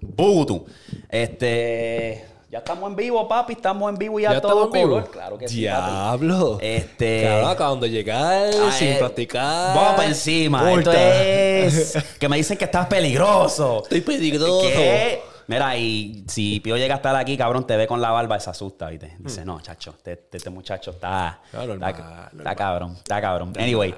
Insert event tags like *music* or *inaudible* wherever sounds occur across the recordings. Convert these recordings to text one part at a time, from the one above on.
Voodoo. Este. Ya estamos en vivo, papi. Estamos en vivo ya, ¿Ya todo estamos en color. vivo? Claro que sí. papi. Diablo. Este- Claro, acabando de llegar, Ah, sin eh, practicar. Vamos para encima. Corta. *laughs* Esto es. Que me dicen que estás peligroso. Estoy peligroso. ¿Qué? Mira, y si Pío llega a estar aquí, cabrón, te ve con la barba y se asusta, ¿viste? Dice, no, chacho, este, este muchacho está. Hmm. Claro, está, normal, está normal. cabrón, está cabrón. Anyway,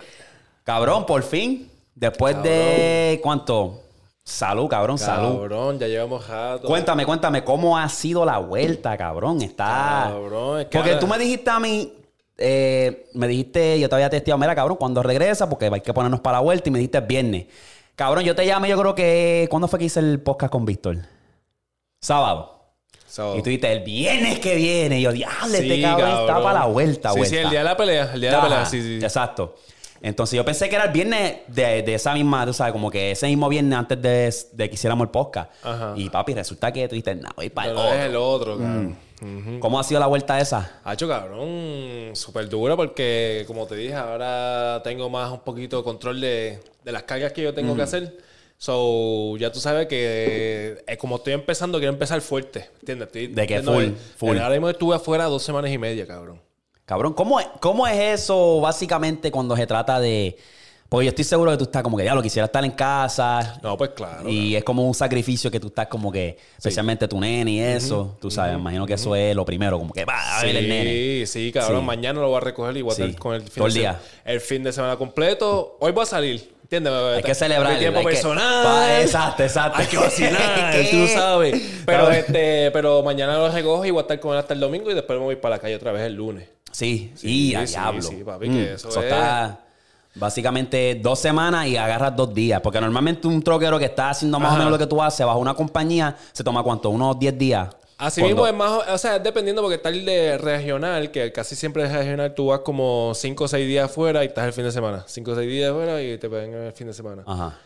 cabrón, por fin, después de. ¿Cuánto? Salud, cabrón, salud. Cabrón, ya llevamos rato. Cuéntame, cuéntame, ¿cómo ha sido la vuelta, cabrón? Está. Cabrón, es que Porque ahora- tú me dijiste a mí. eh, me dijiste, yo te había testeado, mira, cabrón, cuando regresa, porque hay que ponernos para la vuelta, y me dijiste viernes. Cabrón, yo te llamé, yo creo que. ¿Cuándo fue que hice el podcast con Víctor? Sábado. So- Y tú dijiste, el viernes que viene. Y yo, diablo, este Sí, cabrón, está cabrón. para la vuelta, Sí, vuelta. sí, el día de la pelea. El día de la Ajá, pelea, sí, sí. Exacto. Entonces yo pensé que era el viernes de, de esa misma, tú sabes, como que ese mismo viernes antes de, de que hiciéramos el podcast. Ajá. Y papi, resulta que tú dijiste, no, voy para el Pero es otro". Mm. el otro, cabrón. ¿Cómo ha sido la vuelta esa? Hacho, cabrón, súper duro porque, como te dije, ahora tengo más un poquito control de, de las cargas que yo tengo que hacer. So, ya tú sabes que eh, como estoy empezando, quiero empezar fuerte. ¿Entiendes? Estoy- De que entiendo, full, eh, full. Ahora mismo estuve afuera dos semanas y media, cabrón. Cabrón, ¿cómo es, ¿cómo es eso básicamente cuando se trata de... Porque yo estoy seguro que tú estás como que, ya lo quisiera estar en casa. No, pues claro. y es como un sacrificio que tú estás como que, especialmente tu nene y eso. tú sabes, imagino que eso es lo primero, como que va a ver el nene. Sí, sí, cabrón. Sí. Mañana lo voy a recoger y voy a Sí. estar con el fin, Todo de el día. semana, el fin de semana completo. Hoy voy a salir. ¿Entiendes? Hay que celebrar. Mi tiempo hay que- personal. Pa- exacto, exacto. Hay *laughs* que vacilar, tú sabes. Pero, Cabrón. este, pero mañana lo recojo y voy a estar con él hasta el domingo y después me voy para la calle otra vez el lunes. Sí, Sí, y a sí, diablo. Mm, sí, papi, que eso es- está básicamente dos semanas y agarras dos días. Porque normalmente un troquero que está haciendo más Ajá. o menos lo que tú haces bajo una compañía se toma cuánto, unos 10 días. Así Cuando- mismo es más, o sea, es dependiendo porque está el de regional, que casi siempre es regional, tú vas como 5 o 6 días afuera y estás el fin de semana. 5 o 6 días afuera y te ven el fin de semana. Ajá.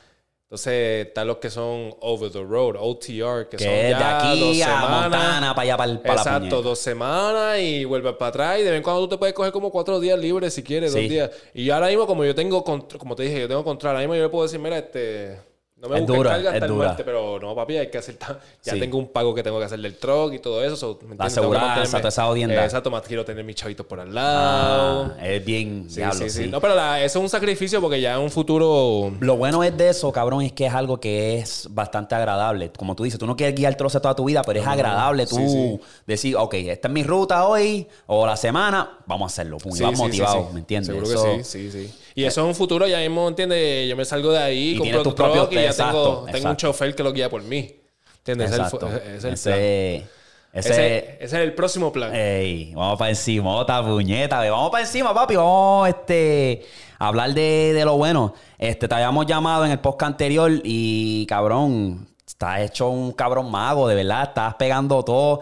Entonces, están los que son over the road, OTR, que, Que son es de ya dos aquí a semanas. Montana, para allá, para, el- para la Exacto, puñeta. dos semanas y vuelves para atrás. Y de vez en cuando tú te puedes coger como cuatro días libres si quieres, Sí. dos días. Y ahora mismo, como yo tengo, contr- como te dije, yo tengo control. Ahora mismo yo le puedo decir, mira, este. No me Es busques dura, carga hasta es el dura. martes, pero no, papi, hay que hacer. ta- Ya Sí. tengo un pago que tengo que hacer del truck y todo eso. so, ¿me entiendes? Tengo que aseguranza, mantenerme- toda esa jodienda. Eh, Exacto, más quiero tener mis chavitos por al lado. Ah, es bien, sí, diablo, sí, sí, sí. No, pero la- eso es un sacrificio porque ya en un futuro. Lo bueno es de eso, cabrón, es que es algo que es bastante agradable. Como tú dices, tú no quieres guiar troce toda tu vida, pero es agradable tú sí, sí. decir, ok, esta es mi ruta hoy o la semana, vamos a hacerlo. Pum, y Sí, vas sí, sí, motivado, sí. ¿me entiendes? Seguro Eso- Eh. que sí, sí, sí. Y eso es un futuro, ya mismo, ¿entiendes? Yo me salgo de ahí, Y compro tienes otro tus propios- truck y ya exacto, tengo, tengo un exacto. chofer que lo guía por mí. ¿Entiendes? Ese es el fu- Exacto. Ese es el, plan. Ese, ese, Eh. Ese- ese es el próximo plan. Ey, vamos para encima, otra puñeta, ve. vamos para encima, papi. Vamos este, a hablar de, de lo bueno. Este, te habíamos llamado en el podcast anterior y, cabrón, estás hecho un cabrón mago, de verdad. Estás pegando todo.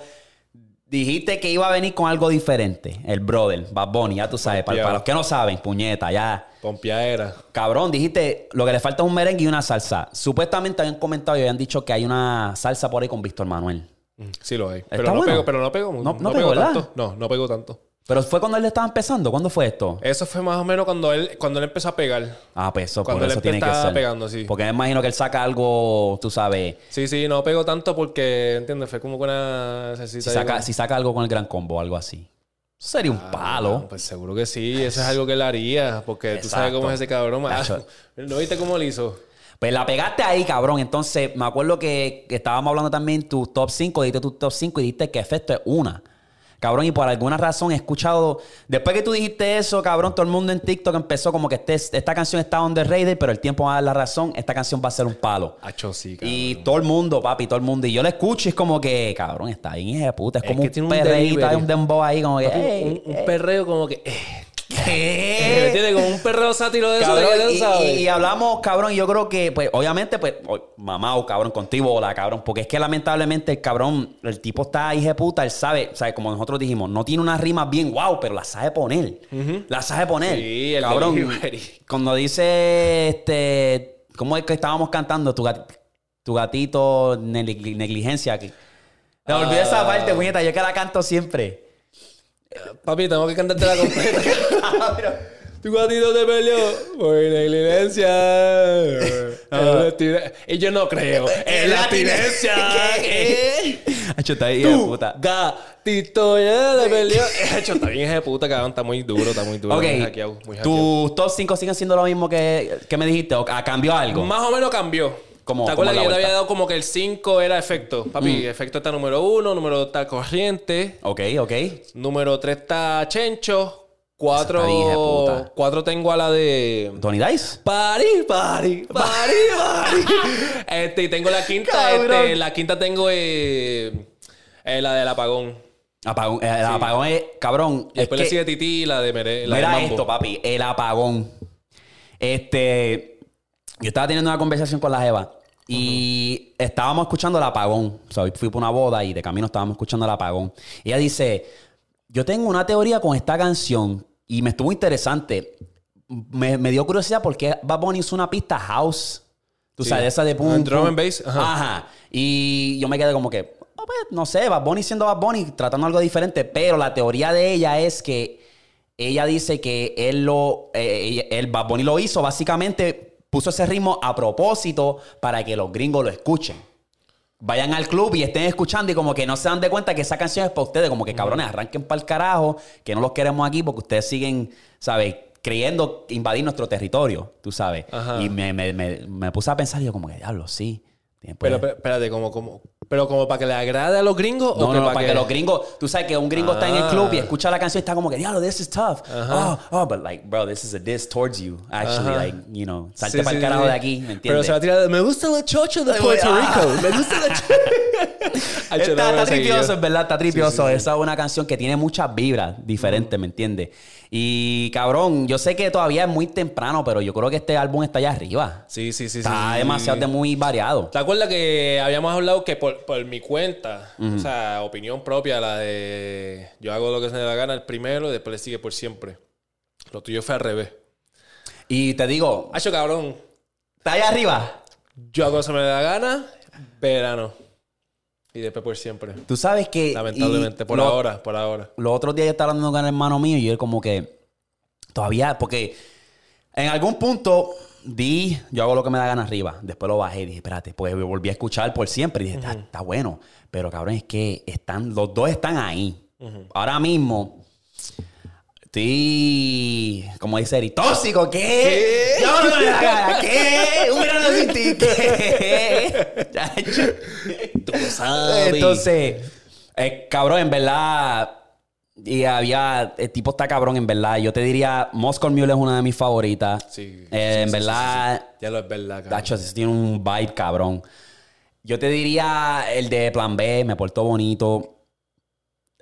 Dijiste que iba a venir con algo diferente, el brother, Bad Bunny, ya tú sabes. Para, para los que no saben, puñeta, ya. Pompeadera. Cabrón, dijiste lo que le falta es un merengue y una salsa. Supuestamente habían comentado y habían dicho que hay una salsa por ahí con Víctor Manuel. Mm, Sí lo hay. Pero Está no, bueno. pego, pero no pego. No- No, no no pegó, pego ¿verdad? tanto. No, no pego tanto. Pero fue cuando él estaba empezando. ¿Cuándo fue esto? Eso fue más o menos cuando él, cuando él empezó a pegar. Ah, pues eso, Cuando por él eso tiene que empezaba ser. pegando, sí. Porque me imagino que él saca algo, tú sabes. Sí, sí, no pego tanto porque, ¿entiendes? Fue como que una... Si saca, si saca algo con el gran combo, algo así. Eso sería un palo. Pues seguro que sí. Eso es algo que él haría. Porque tú sabes Exacto. cómo es ese cabrón. ah, Tacho. *laughs* ¿No viste cómo lo hizo? Pues la pegaste ahí, cabrón. Entonces, me acuerdo que estábamos hablando también tu top 5, dijiste tu top 5 y dijiste que efecto es una. Cabrón, y por alguna razón he escuchado. Después que tú dijiste eso, cabrón, todo el mundo en TikTok empezó como que este, esta canción está on the radar, pero el tiempo va a dar la razón. Esta canción va a ser un palo. Hacho, sí, cabrón. Y todo el mundo, papi, todo el mundo. Y yo lo escucho y es como que, cabrón, está bien, hija de puta. Es Es como que un tiene un perreíta delivery. de un dembow ahí, como que. Papi, "Ey, un, un ey, perreo como que. eh, *laughs* ¿Me ¿qué?". entiendes? Como un perreo sátiro de eso de Cabrón, que ya tú y, sabes. y- y hablamos, cabrón, y yo creo que, pues, obviamente, pues, o- mamao, cabrón, contigo, hola, cabrón, porque es que lamentablemente el cabrón, el tipo está hija de puta, él sabe, o sea, como nosotros dijimos, no tiene unas rimas bien wow, pero las sabe poner. Las sabe poner. Sí, el cabrón. delivery. *laughs* Cuando dice, este, ¿cómo es que estábamos cantando? Tu, gat- tu gatito, negli- negligencia. que- Me olvidé Ah. esa parte, puñeta, yo que la canto siempre. *laughs* Papi, tengo que cantarte la completa. Cabrón. Tu gatito te peleó por negligencia. Ah. Elabtine- Y yo no creo. Es la abstinencia. *laughs* *laughs* ¿Qué? Hacho, está ahí, Tu puta. gatito ya *laughs* te peleó. Hecho, está bien, de puta, cabrón. Está muy duro, está muy duro. Ok, Muy hackeado, muy hackeado. ¿tus top 5 siguen siendo lo mismo que, que me dijiste? ¿O a- cambió algo? Más o menos cambió. ¿Cómo- ¿Te acuerdas cómo la que yo te vuelta? Mm. había dado como que el 5 era efecto? Papi, efecto está número 1, número 2 está corriente, ok, ok. número 3 está chencho, Esa está bien, puta. 4 cuatro tengo a la de... ¿Tony Dice? Party, party, party, *laughs* party. este, y tengo la quinta, Cabrón. este, la quinta tengo eh, eh, la del apagón. Apagón, eh, el apagón es, cabrón. Y es después le que- sigue Titi y la de mere, la del Mira mambo. esto, papi. El apagón. Este. Yo estaba teniendo una conversación con la Eva. Y estábamos escuchando el apagón. O sea, hoy fui por una boda y de camino estábamos escuchando el apagón. Y ella dice: Yo tengo una teoría con esta canción. Y me estuvo interesante. Me, me dio curiosidad porque Bad Bunny hizo una pista house. Tú Sí. sabes, esa de Ah, pum. drum pum. and bass, ajá. Y yo me quedé como que, "Ah, pues, no sé, Bad Bunny siendo Bad Bunny, tratando algo diferente. Pero la teoría de ella es que ella dice que él lo, eh, ella- el Bad Bunny lo hizo, básicamente puso ese ritmo a propósito para que los gringos lo escuchen. Vayan al club y estén escuchando y como que no se dan de cuenta que esa canción es para ustedes, como que cabrones, arranquen para el carajo, que no los queremos aquí porque ustedes siguen, ¿sabes? Creyendo invadir nuestro territorio, tú sabes. Ajá. Y me, me- me- me puse a pensar y yo como que, diablo, sí. Tienen- Pero pero, espérate, como, como, pero como para que le agrade a los gringos no, o no, que no, para, que, los gringos, tú sabes que un gringo está en el Ah. club y escucha la canción y está como que, diablo, this is tough. Oh, oh, but like, bro, this is a diss towards you. Actually, Ajá. like, you know, salte Sí, para el sí, carajo sí. de aquí, ¿me entiendes? Pero se va a tirar. Me gusta los chochos de Ay, Puerto güey, Rico. *laughs* Me gusta los chochos. Ay, Está, yo no me está lo seguí yo. tripioso, es verdad, está tripioso. Esa es una canción que tiene muchas vibras diferentes, ¿me entiendes? Y cabrón, yo sé que todavía es muy temprano, pero yo creo que este álbum está allá arriba. Sí, sí, sí. está sí. demasiado de muy variado. ¿Te acuerdas que habíamos hablado que por, por mi cuenta, o sea, opinión propia, la de yo hago lo que se me da la gana el primero y después le sigue por siempre? Lo tuyo fue al revés. Y te digo, Hacho, cabrón, está allá arriba. yo hago lo que se me da la gana, verano. Y después por siempre. Tú sabes que. Lamentablemente, y por lo- ahora, por ahora. Los otros días yo estaba hablando con el hermano mío y él como que todavía, porque en algún punto di, yo hago lo que me da ganas arriba, después lo bajé y dije, espérate, pues volví a escuchar por siempre y dije, está, está bueno, pero cabrón, es que están, los dos están ahí. Ahora mismo, estoy, como dice Eri, tóxico, ¿qué? ¿Qué? Yo hago lo que me da gana, ¿qué? Un verano sin ti, ¿qué? *laughs* Ya, ya. Tú *laughs* lo sabes. Entonces, eh, cabrón, en verdad. Y había. El tipo está cabrón, en verdad. Yo te diría, Moscow Mule es una de mis favoritas. Sí, Eh, sí, en sí, verdad. ya lo es verdad, cabrón. Dacho, ese tiene un vibe cabrón. Yo te diría el de Plan B, me portó bonito.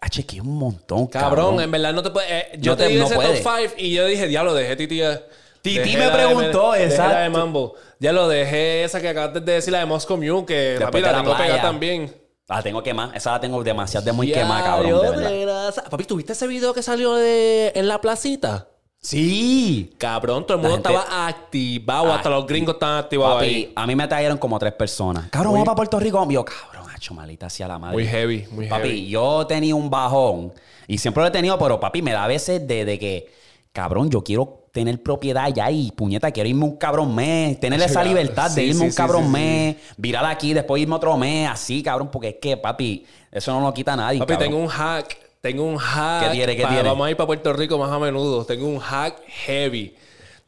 Dacho, es que es un montón, Cabrón, cabrón. en verdad no te puedes. yo No te, te- di no ese puede. top 5 y yo dije, diablo, dejé Titi. eh, Titi dejé me la de- preguntó, dejé La de exacto. Mambo. Ya lo dejé esa que acabaste de decir, la de Moscow Mule, que Después papi, de la la tengo pegada playa. también. La Ah, tengo quemada. Esa la tengo demasiado de muy Ya, quemada, cabrón. De Dios verdad. de grasa. Papi, ¿tuviste ese video que salió de, en la placita? Sí. Cabrón, todo el mundo gente- estaba activado. hasta los gringos estaban activados ahí. Papi, a mí me trajeron como tres personas. Cabrón, vamos para Puerto Rico. Y yo, cabrón, hacho, malita hacia la madre. Muy heavy, muy Papi, heavy. yo tenía un bajón y siempre lo he tenido, pero papi, me da a veces de, de que, cabrón, yo quiero tener propiedad ya y puñeta, quiero irme un cabrón mes, tener esa Claro. libertad de Sí, irme sí, un sí, cabrón sí, sí. mes, virar aquí, después irme otro mes, así, cabrón, porque es que, papi, eso no lo quita nadie. Papi, cabrón. tengo un hack. Tengo un hack. ¿Qué tiene, qué Pa- tiene? Vamos a ir para Puerto Rico más a menudo. Tengo un hack heavy.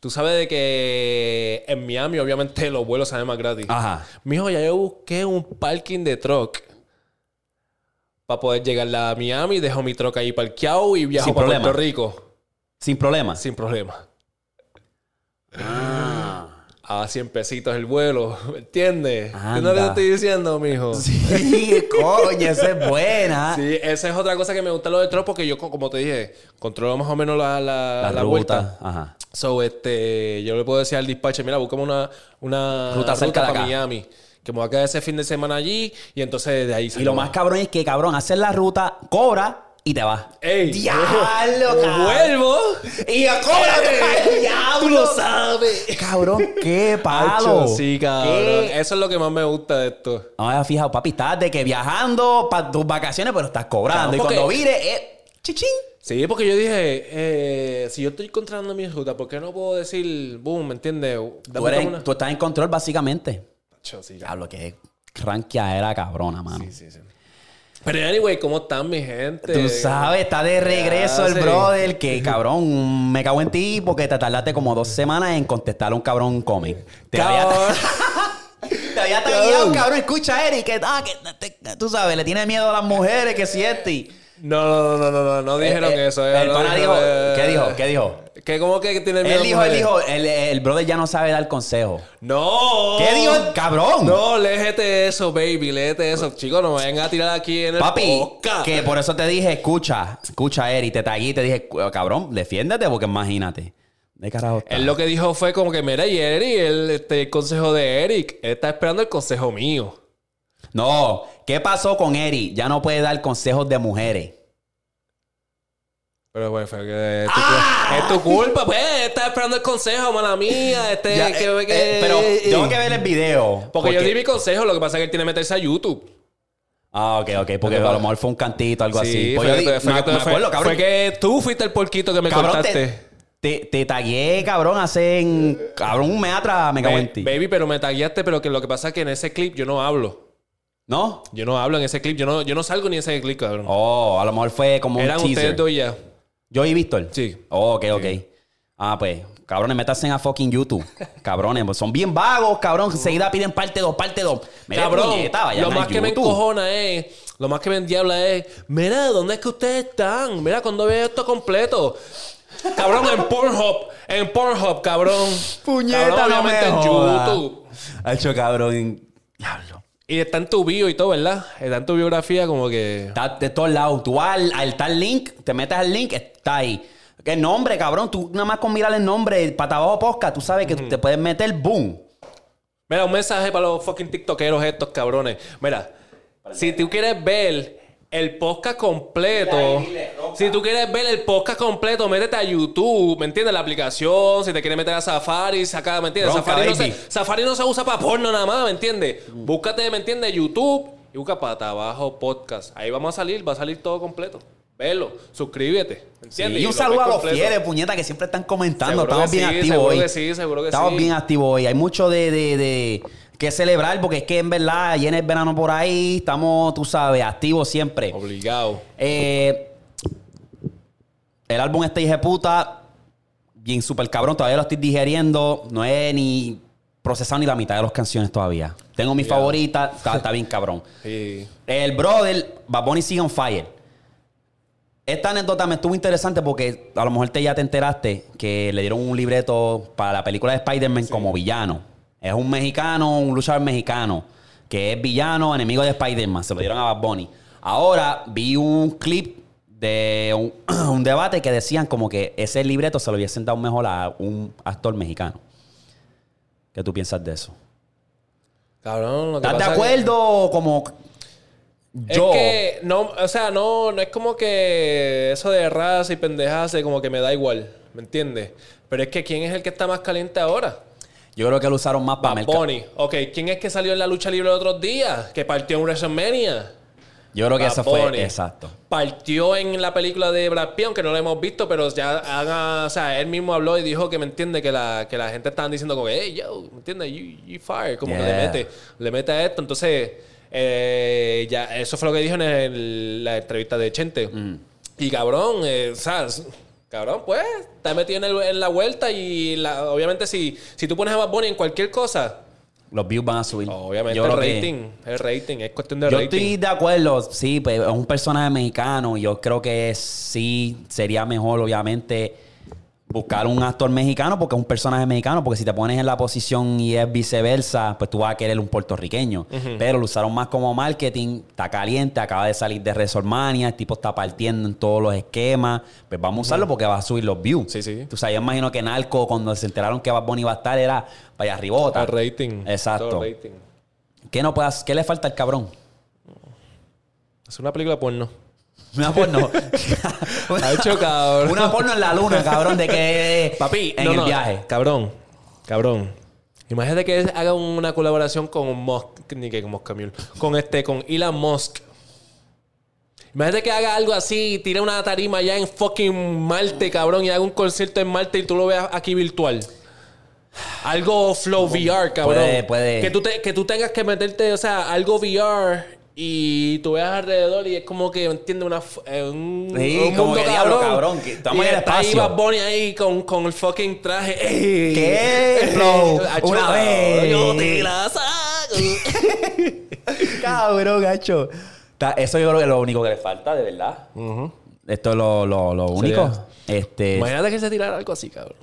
Tú sabes de que en Miami, obviamente, los vuelos salen más gratis. Ajá. Mijo, ya yo busqué un parking de truck para poder llegar a Miami. Dejo mi truck ahí parqueado y viajo Sin para problema. Puerto Rico. Sin problemas. Sin problema. A 100 pesitos el vuelo. ¿Me entiendes? ¿Tú no Anda. te estoy diciendo, mijo? Sí, coño, esa es buena. *laughs* Sí, esa es otra cosa que me gusta lo del truck porque yo, co- como te dije, controlo más o menos la, la, la la ruta, vuelta. ajá. So, este, yo le puedo decir al despacho, mira, buscame una, una Ruta cerca de para acá. Miami. Que me voy a quedar ese fin de semana allí y entonces de ahí Y lo más cabrón es que, cabrón, haces la ruta, cobra y te vas. ¡Ey! *laughs* ¡Diablo, cabrón! ¡Vuelvo! ¡Y a *laughs* cóbrate! ¡Tú lo sabes! Cabrón, qué *laughs* palo. Acho, sí, cabrón. ¿Qué? Eso es lo que más me gusta de esto. No me había fijado, papi, estás de que viajando para tus vacaciones, pero estás cobrando. Claro, y porque- cuando vires, eh, chichín. Sí, porque yo dije, eh, si yo estoy controlando mi ruta, ¿por qué no puedo decir, boom, ¿me entiendes? Tú, eres- tú estás en control, básicamente. Chacho, sí, ya. Diablo, que ranqueadera cabrona, mano. Sí, sí, sí. Pero anyway, ¿cómo están mi gente? Tú sabes, está de regreso el sí. brother *laughs* que, cabrón, me cago en ti porque te tardaste como dos semanas en contestar a un cabrón cómic. Te había, Cabrón. *laughs* te había tagueado, cabrón. Escucha, Eric, que, ah, que te- tú sabes, le tiene miedo a las mujeres, que si este. No, no, no, no, no, no, no dijeron Eh, eh, eso. eh, el no pana dijo, eh, ¿qué dijo? ¿Qué *laughs* dijo? ¿Qué, ¿Cómo que tiene miedo? Él dijo, él mujeres? dijo, el, el brother ya no sabe dar consejo. No. ¿Qué dijo el cabrón? Oh, No, léjete eso, baby, léjete eso. Chicos, no me vengan a tirar aquí en el Papi, podcast. que por eso te dije, escucha, escucha, Eric, te tagué y te dije, cu- cabrón, defiéndete porque imagínate. De carajo. está? Él lo que dijo fue como que, mira, Jerry, el, este, el consejo de Eric, él está esperando el consejo mío. No, ¿qué pasó con Eric? Ya no puede dar consejos de mujeres. Pero bueno, fue que es tu, ¡Ah! es tu culpa, pues, él está esperando el consejo, mala mía. Este, Ya, que, eh, eh, que- pero tengo que ver el video. Porque, yo di mi consejo, lo que pasa es que él tiene que meterse a YouTube. Ah, ok, ok. Porque a lo mejor fue un cantito, algo así. Pues fue, yo que, di- fue me, que tú- me fue- acuerdo, cabrón. fue que tú fuiste el porquito que me cabrón, cortaste. te, te, te tagué, cabrón, hace en- cabrón, un mes atrás, me cago en ti. Ba- Eh, Baby, pero me tagueaste, pero que lo que pasa es que en ese clip yo no hablo. ¿No? Yo no hablo en ese clip, yo no, yo no salgo ni en ese clip, cabrón. Oh, a lo mejor fue como Eran un ustedes teaser. dos y ya. Yo y Víctor. Sí. Oh, ok, ok. Ah, pues, cabrones, métanse a fucking YouTube. Cabrones, pues, son bien vagos, cabrón. Seguida piden parte 2, parte 2. Cabrón, lo más que me encojona es, lo más que me endiabla es, mira, ¿dónde es que ustedes están? Mira, cuando veo esto completo. Cabrón, en Pornhub, en Pornhub, cabrón. Puñeta, Cabrón, no me obviamente en joda. YouTube. Ha hecho cabrón. Diablo. Y está en tu bio y todo, ¿verdad? Está en tu biografía como que... Está de todos lados. Tú al, al tal link, te metes al link, está ahí. ¿Qué nombre, cabrón? Tú nada más con mirar el nombre, pata abajo posca, tú sabes que te puedes meter, boom. Mira, un mensaje para los fucking tiktokeros estos, cabrones. Mira, si tú quieres ver el podcast completo, Dile ahí, dile, roca. si tú quieres ver el podcast completo, métete a YouTube, ¿me entiendes? La aplicación, si te quieres meter a Safari, saca, ¿me entiendes? Ronca, Safari no, se, baby. Safari no se usa para porno nada más, ¿me entiendes? Búscate, ¿me entiendes? YouTube y busca para abajo podcast. Ahí vamos a salir, va a salir todo completo. Velo, suscríbete, ¿me entiendes? y lo un ves saludo a los completo. fieles, puñeta, que siempre están comentando. Seguro Estamos que bien sí, activos seguro hoy. que sí, seguro que Estamos sí. bien activos hoy. Hay mucho de, de- de que celebrar porque es que en verdad llena el verano por ahí. Estamos, tú sabes, activos siempre. Obligado. Eh, el álbum este dije puta, bien súper cabrón. Todavía lo estoy digeriendo. No he ni procesado ni la mitad de las canciones todavía. Tengo mi Ya. favorita. Está, está bien cabrón. Sí. El brother, Bad Bunny sigue on fire. Esta anécdota me estuvo interesante porque a lo mejor te ya te enteraste que le dieron un libreto para la película de Spider-Man como villano. Es un mexicano, un luchador mexicano, que es villano, enemigo de Spider-Man. Se lo dieron a Bad Bunny. Ahora vi un clip de un, *clears throat* un debate que decían como que ese libreto se lo hubiesen dado mejor a un actor mexicano. ¿Qué tú piensas de eso? Cabrón, lo que ¿Estás de pasa es que- acuerdo? Como yo. Es que no, o sea, no, no es como que eso de raza y pendejase como que me da igual, ¿me entiendes? Pero es que quién es el que está más caliente ahora? Yo creo que lo usaron más para Bad mercado. Bunny. Ok, ¿quién es que salió en la lucha libre los otros días? Que partió en WrestleMania. Yo creo que Bad esa Bunny. fue. Exacto. Partió en la película de Brad Pitt, aunque no la hemos visto, pero ya haga, o sea, él mismo habló y dijo que me entiende que la, que la gente estaban diciendo como, hey, yo, ¿me entiendes? You, you fire, como que le Yeah. mete, le mete a esto. Entonces, eh, ya, eso fue lo que dijo en el- la entrevista de Chente. Mm. Y cabrón, eh, o sea, s- cabrón, pues, está metido en, el- en la vuelta y la- obviamente si, si tú pones a Bad Bunny en cualquier cosa, Los views van a subir. obviamente Yo el creo que- rating, el rating, es cuestión de Yo rating. estoy de acuerdo, sí, pues es un personaje mexicano. y Yo creo que sí sería mejor, obviamente, buscar un actor mexicano porque es un personaje mexicano. Porque si te pones en la posición y es viceversa, pues tú vas a querer un puertorriqueño. Pero lo usaron más como marketing. Está caliente, acaba de salir de WrestleMania. El tipo está partiendo en todos los esquemas. Pues vamos a usarlo porque va a subir los views. Sí, sí. Tú sabes, yo imagino que Narco, cuando se enteraron que Bad Bunny iba a estar, era para allá arribota. El rating. Exacto. todo el rating. ¿Qué, no puedas, ¿Qué le falta al cabrón? Es una película porno. Una *laughs* porno. Ha hecho *laughs* cabrón. Una porno en la luna, cabrón, de *laughs* que Papi, en no, el no, viaje. Cabrón, cabrón. Imagínate que él haga una colaboración con Musk, ni que con Musk Camille, con este, con Elon Musk. Imagínate que haga algo así, tire una tarima allá en fucking Marte, cabrón, y haga un concierto en Marte y tú lo veas aquí virtual. Algo flow VR, cabrón. Puede, puede. Que tú, te- que tú tengas que meterte, o sea, algo VR y tú veas alrededor y es como que, entiende Una, f- eh, un, Sí, un como que diablo, cabrón, que estamos en y el está espacio. Ahí Bad Bunny ahí con, con el fucking traje. ¡Ey! ¿Qué? ¡Ey! Flow, *laughs* Acho, una cabrón, vez. Yo te la saco. Cabrón, gacho. Ta- Eso yo creo que es lo único que le falta, de verdad. Esto es lo, lo- lo único. Este, Imagínate que se tirara algo así, cabrón.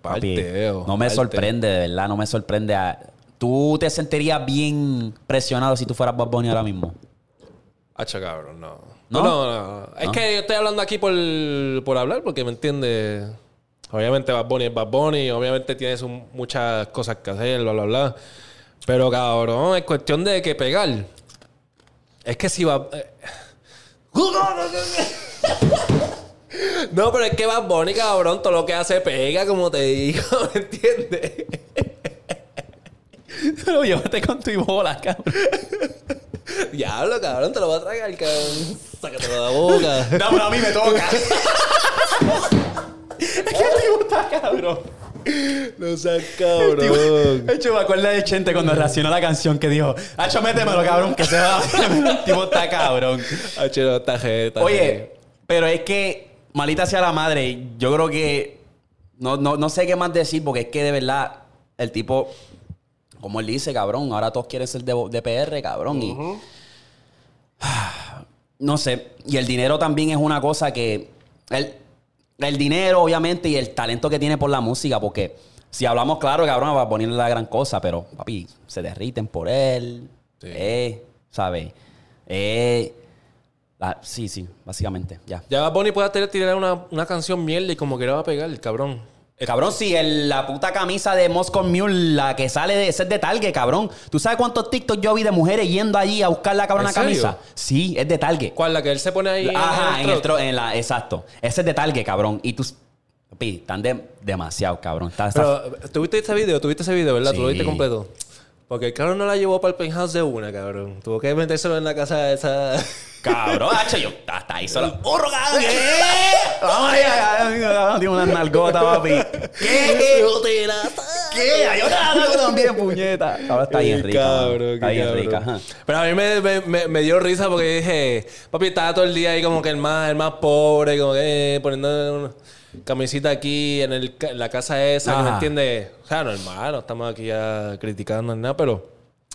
papi, Parteo, no me parte. sorprende, de verdad, no me sorprende. a- ¿Tú te sentirías bien presionado si tú fueras Bob Bunny ahora *laughs* mismo? Hacha, cabrón, no. ¿No? No, no, no. Es que yo estoy hablando aquí por, por hablar porque me entiende. Obviamente Bad Bunny es Bad Bunny, obviamente tiene su- muchas cosas que hacer, bla, bla, bla. Pero cabrón, es cuestión de que pegar. Es que si va. eh. *laughs* No, pero es que Bad Bunny, cabrón, todo lo que hace pega, como te digo, *laughs* ¿me entiendes? Pero llévate con tu bola, cabrón. Diablo, cabrón, te lo voy a tragar, cabrón. Sácatelo de la boca. Dámelo a mí, me toca. *laughs* ¿Qué te gusta, cabrón? No seas *laughs* cabrón. De hecho, me acuerdo de Chente cuando reaccionó la canción que dijo: Hacho, métemelo, cabrón, que se va. *laughs* El tipo está cabrón. Achero, Ah, está jeta, está Oye, jeta. pero es que, malita sea la madre, yo creo que. No, no, no sé qué más decir, porque es que de verdad, el tipo. Como él dice, cabrón, ahora todos quieren ser de, de PR, cabrón. y- *sighs* no sé. Y el dinero también es una cosa que. El, el dinero, obviamente, y el talento que tiene por la música, porque si hablamos claro, cabrón, va a ponerle la gran cosa, pero, papi, se derriten por él. Sí. Eh, ¿sabes? Eh. la- sí, sí, básicamente, ya. ya Bad Bunny puede hacer- tirar una, una canción mierda y como que le va a pegar el cabrón. Eh, Cabrón, si el- la puta camisa de Moscow Mule, la que sale de ser de Target, cabrón. ¿Tú sabes cuántos TikToks yo vi de mujeres yendo allí a buscar la cabrona ¿En serio? camisa? Sí, es de Target. ¿Cuál? La que él se pone ahí. Ajá, en el tro- tro- en la, exacto. Ese es de Target, cabrón. Y tú, pi, están de- demasiado, cabrón. Está- está- Pero, ¿tuviste ese video? ¿Tuviste ese video, verdad? ¿Tú lo Sí. viste completo? Porque el cabrón no la llevó para el penthouse de una, cabrón. Tuvo que metérselo en la casa de esa. Cabrón, hacho, yo hasta ahí solo. ¡Burro, cabrón! ¿Qué? Vamos allá, tiene una nalgota, papi. ¿Qué? Yo te la saco. ¿Qué? Hay otra nalga también, puñeta. Cabrón, está bien Qué rica. cabrón, mano. qué está bien cabrón. rica. ajá. Pero a mí me, me- me- me dio risa porque dije, papi, estaba todo el día ahí como que el más, el más pobre, como que eh, poniendo una camisita aquí en, el ca- en la casa esa, que Ajá. me entiende. O sea, normal, no estamos aquí ya criticando ni nada, pero.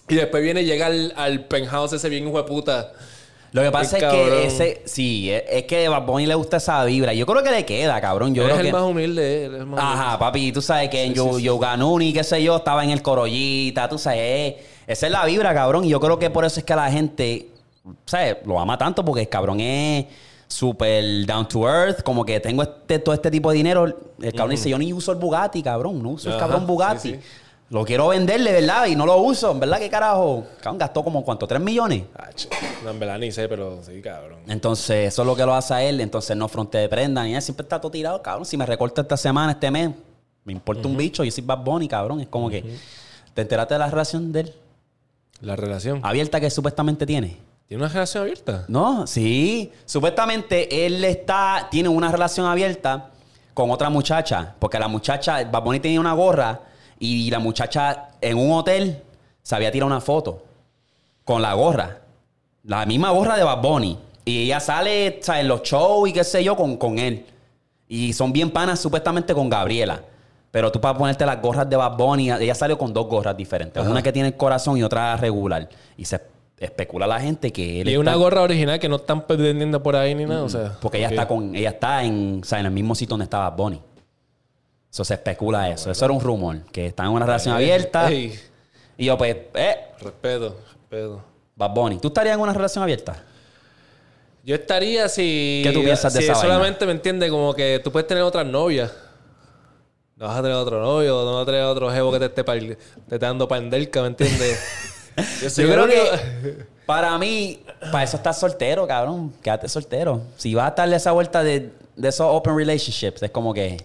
Y después viene y llega al, al penthouse ese bien hijo de puta. Lo que pasa Qué es cabrón. que ese, sí, es, es que a Bad Bunny le gusta esa vibra. Yo creo que le queda, cabrón. Yo Él es creo el que. más humilde, él es el más humilde. Ajá, papi, tú sabes que en sí, Yo- sí, Yo Ganuni, qué sé yo, estaba en el Corollita, tú sabes. eh, Esa es la vibra, cabrón. Y yo creo que por eso es que la gente, ¿sabes? Lo ama tanto porque el cabrón es súper down to earth. Como que tengo este, todo este tipo de dinero. El cabrón dice, yo ni uso el Bugatti, cabrón. No uso el Ajá, cabrón sí, Bugatti. sí. Lo quiero venderle, ¿verdad? Y no lo uso. ¿En verdad qué carajo? Cabrón, gastó como, ¿cuánto? ¿Tres millones? Ah, ch- no, en verdad ni sé, pero sí, cabrón. Entonces, eso es lo que lo hace a él. Entonces, no fronte de prenda ni nada. Siempre está todo tirado, cabrón. Si me recorta esta semana, este mes, me importa un bicho. Yo soy Bad Bunny, cabrón. Es como que te enteraste de la relación de él La relación. abierta que supuestamente tiene. ¿Tiene una relación abierta? No, sí. Supuestamente él está, tiene una relación abierta con otra muchacha. Porque la muchacha, Bad Bunny tenía una gorra y la muchacha en un hotel se había tirado una foto con la gorra. La misma gorra de Bad Bunny. Y ella sale ¿sabes? en los shows y qué sé yo con, con él. Y son bien panas supuestamente con Gabriela. Pero tú para ponerte las gorras de Bad Bunny, ella salió con dos gorras diferentes. Ajá. Una que tiene el corazón y otra regular. Y se especula la gente que él Y está- Mm, una gorra original que no están pretendiendo por ahí ni nada, o sea. porque ella ok. está con, ella está en, o sea, en el mismo sitio donde estaba Bad Bunny. Eso se Ah, especula eso. Eso era un rumor. Que está en una relación Ey, abierta. ey, Y yo, pues, eh, respeto, respeto. Bad Bunny. ¿Tú estarías en una relación abierta? Yo estaría si. ¿Qué tú piensas de si esa solamente me entiende como que tú puedes tener otras novias. No vas a tener otro novio, no vas a tener otro jevo que te esté pal- te esté dando pandelca, ¿me entiendes? *laughs* Yo, soy Yo el creo que único- *laughs* para mí, para eso estás soltero, cabrón. Quédate soltero. Si vas a darle esa vuelta de, de esos open relationships, es como que.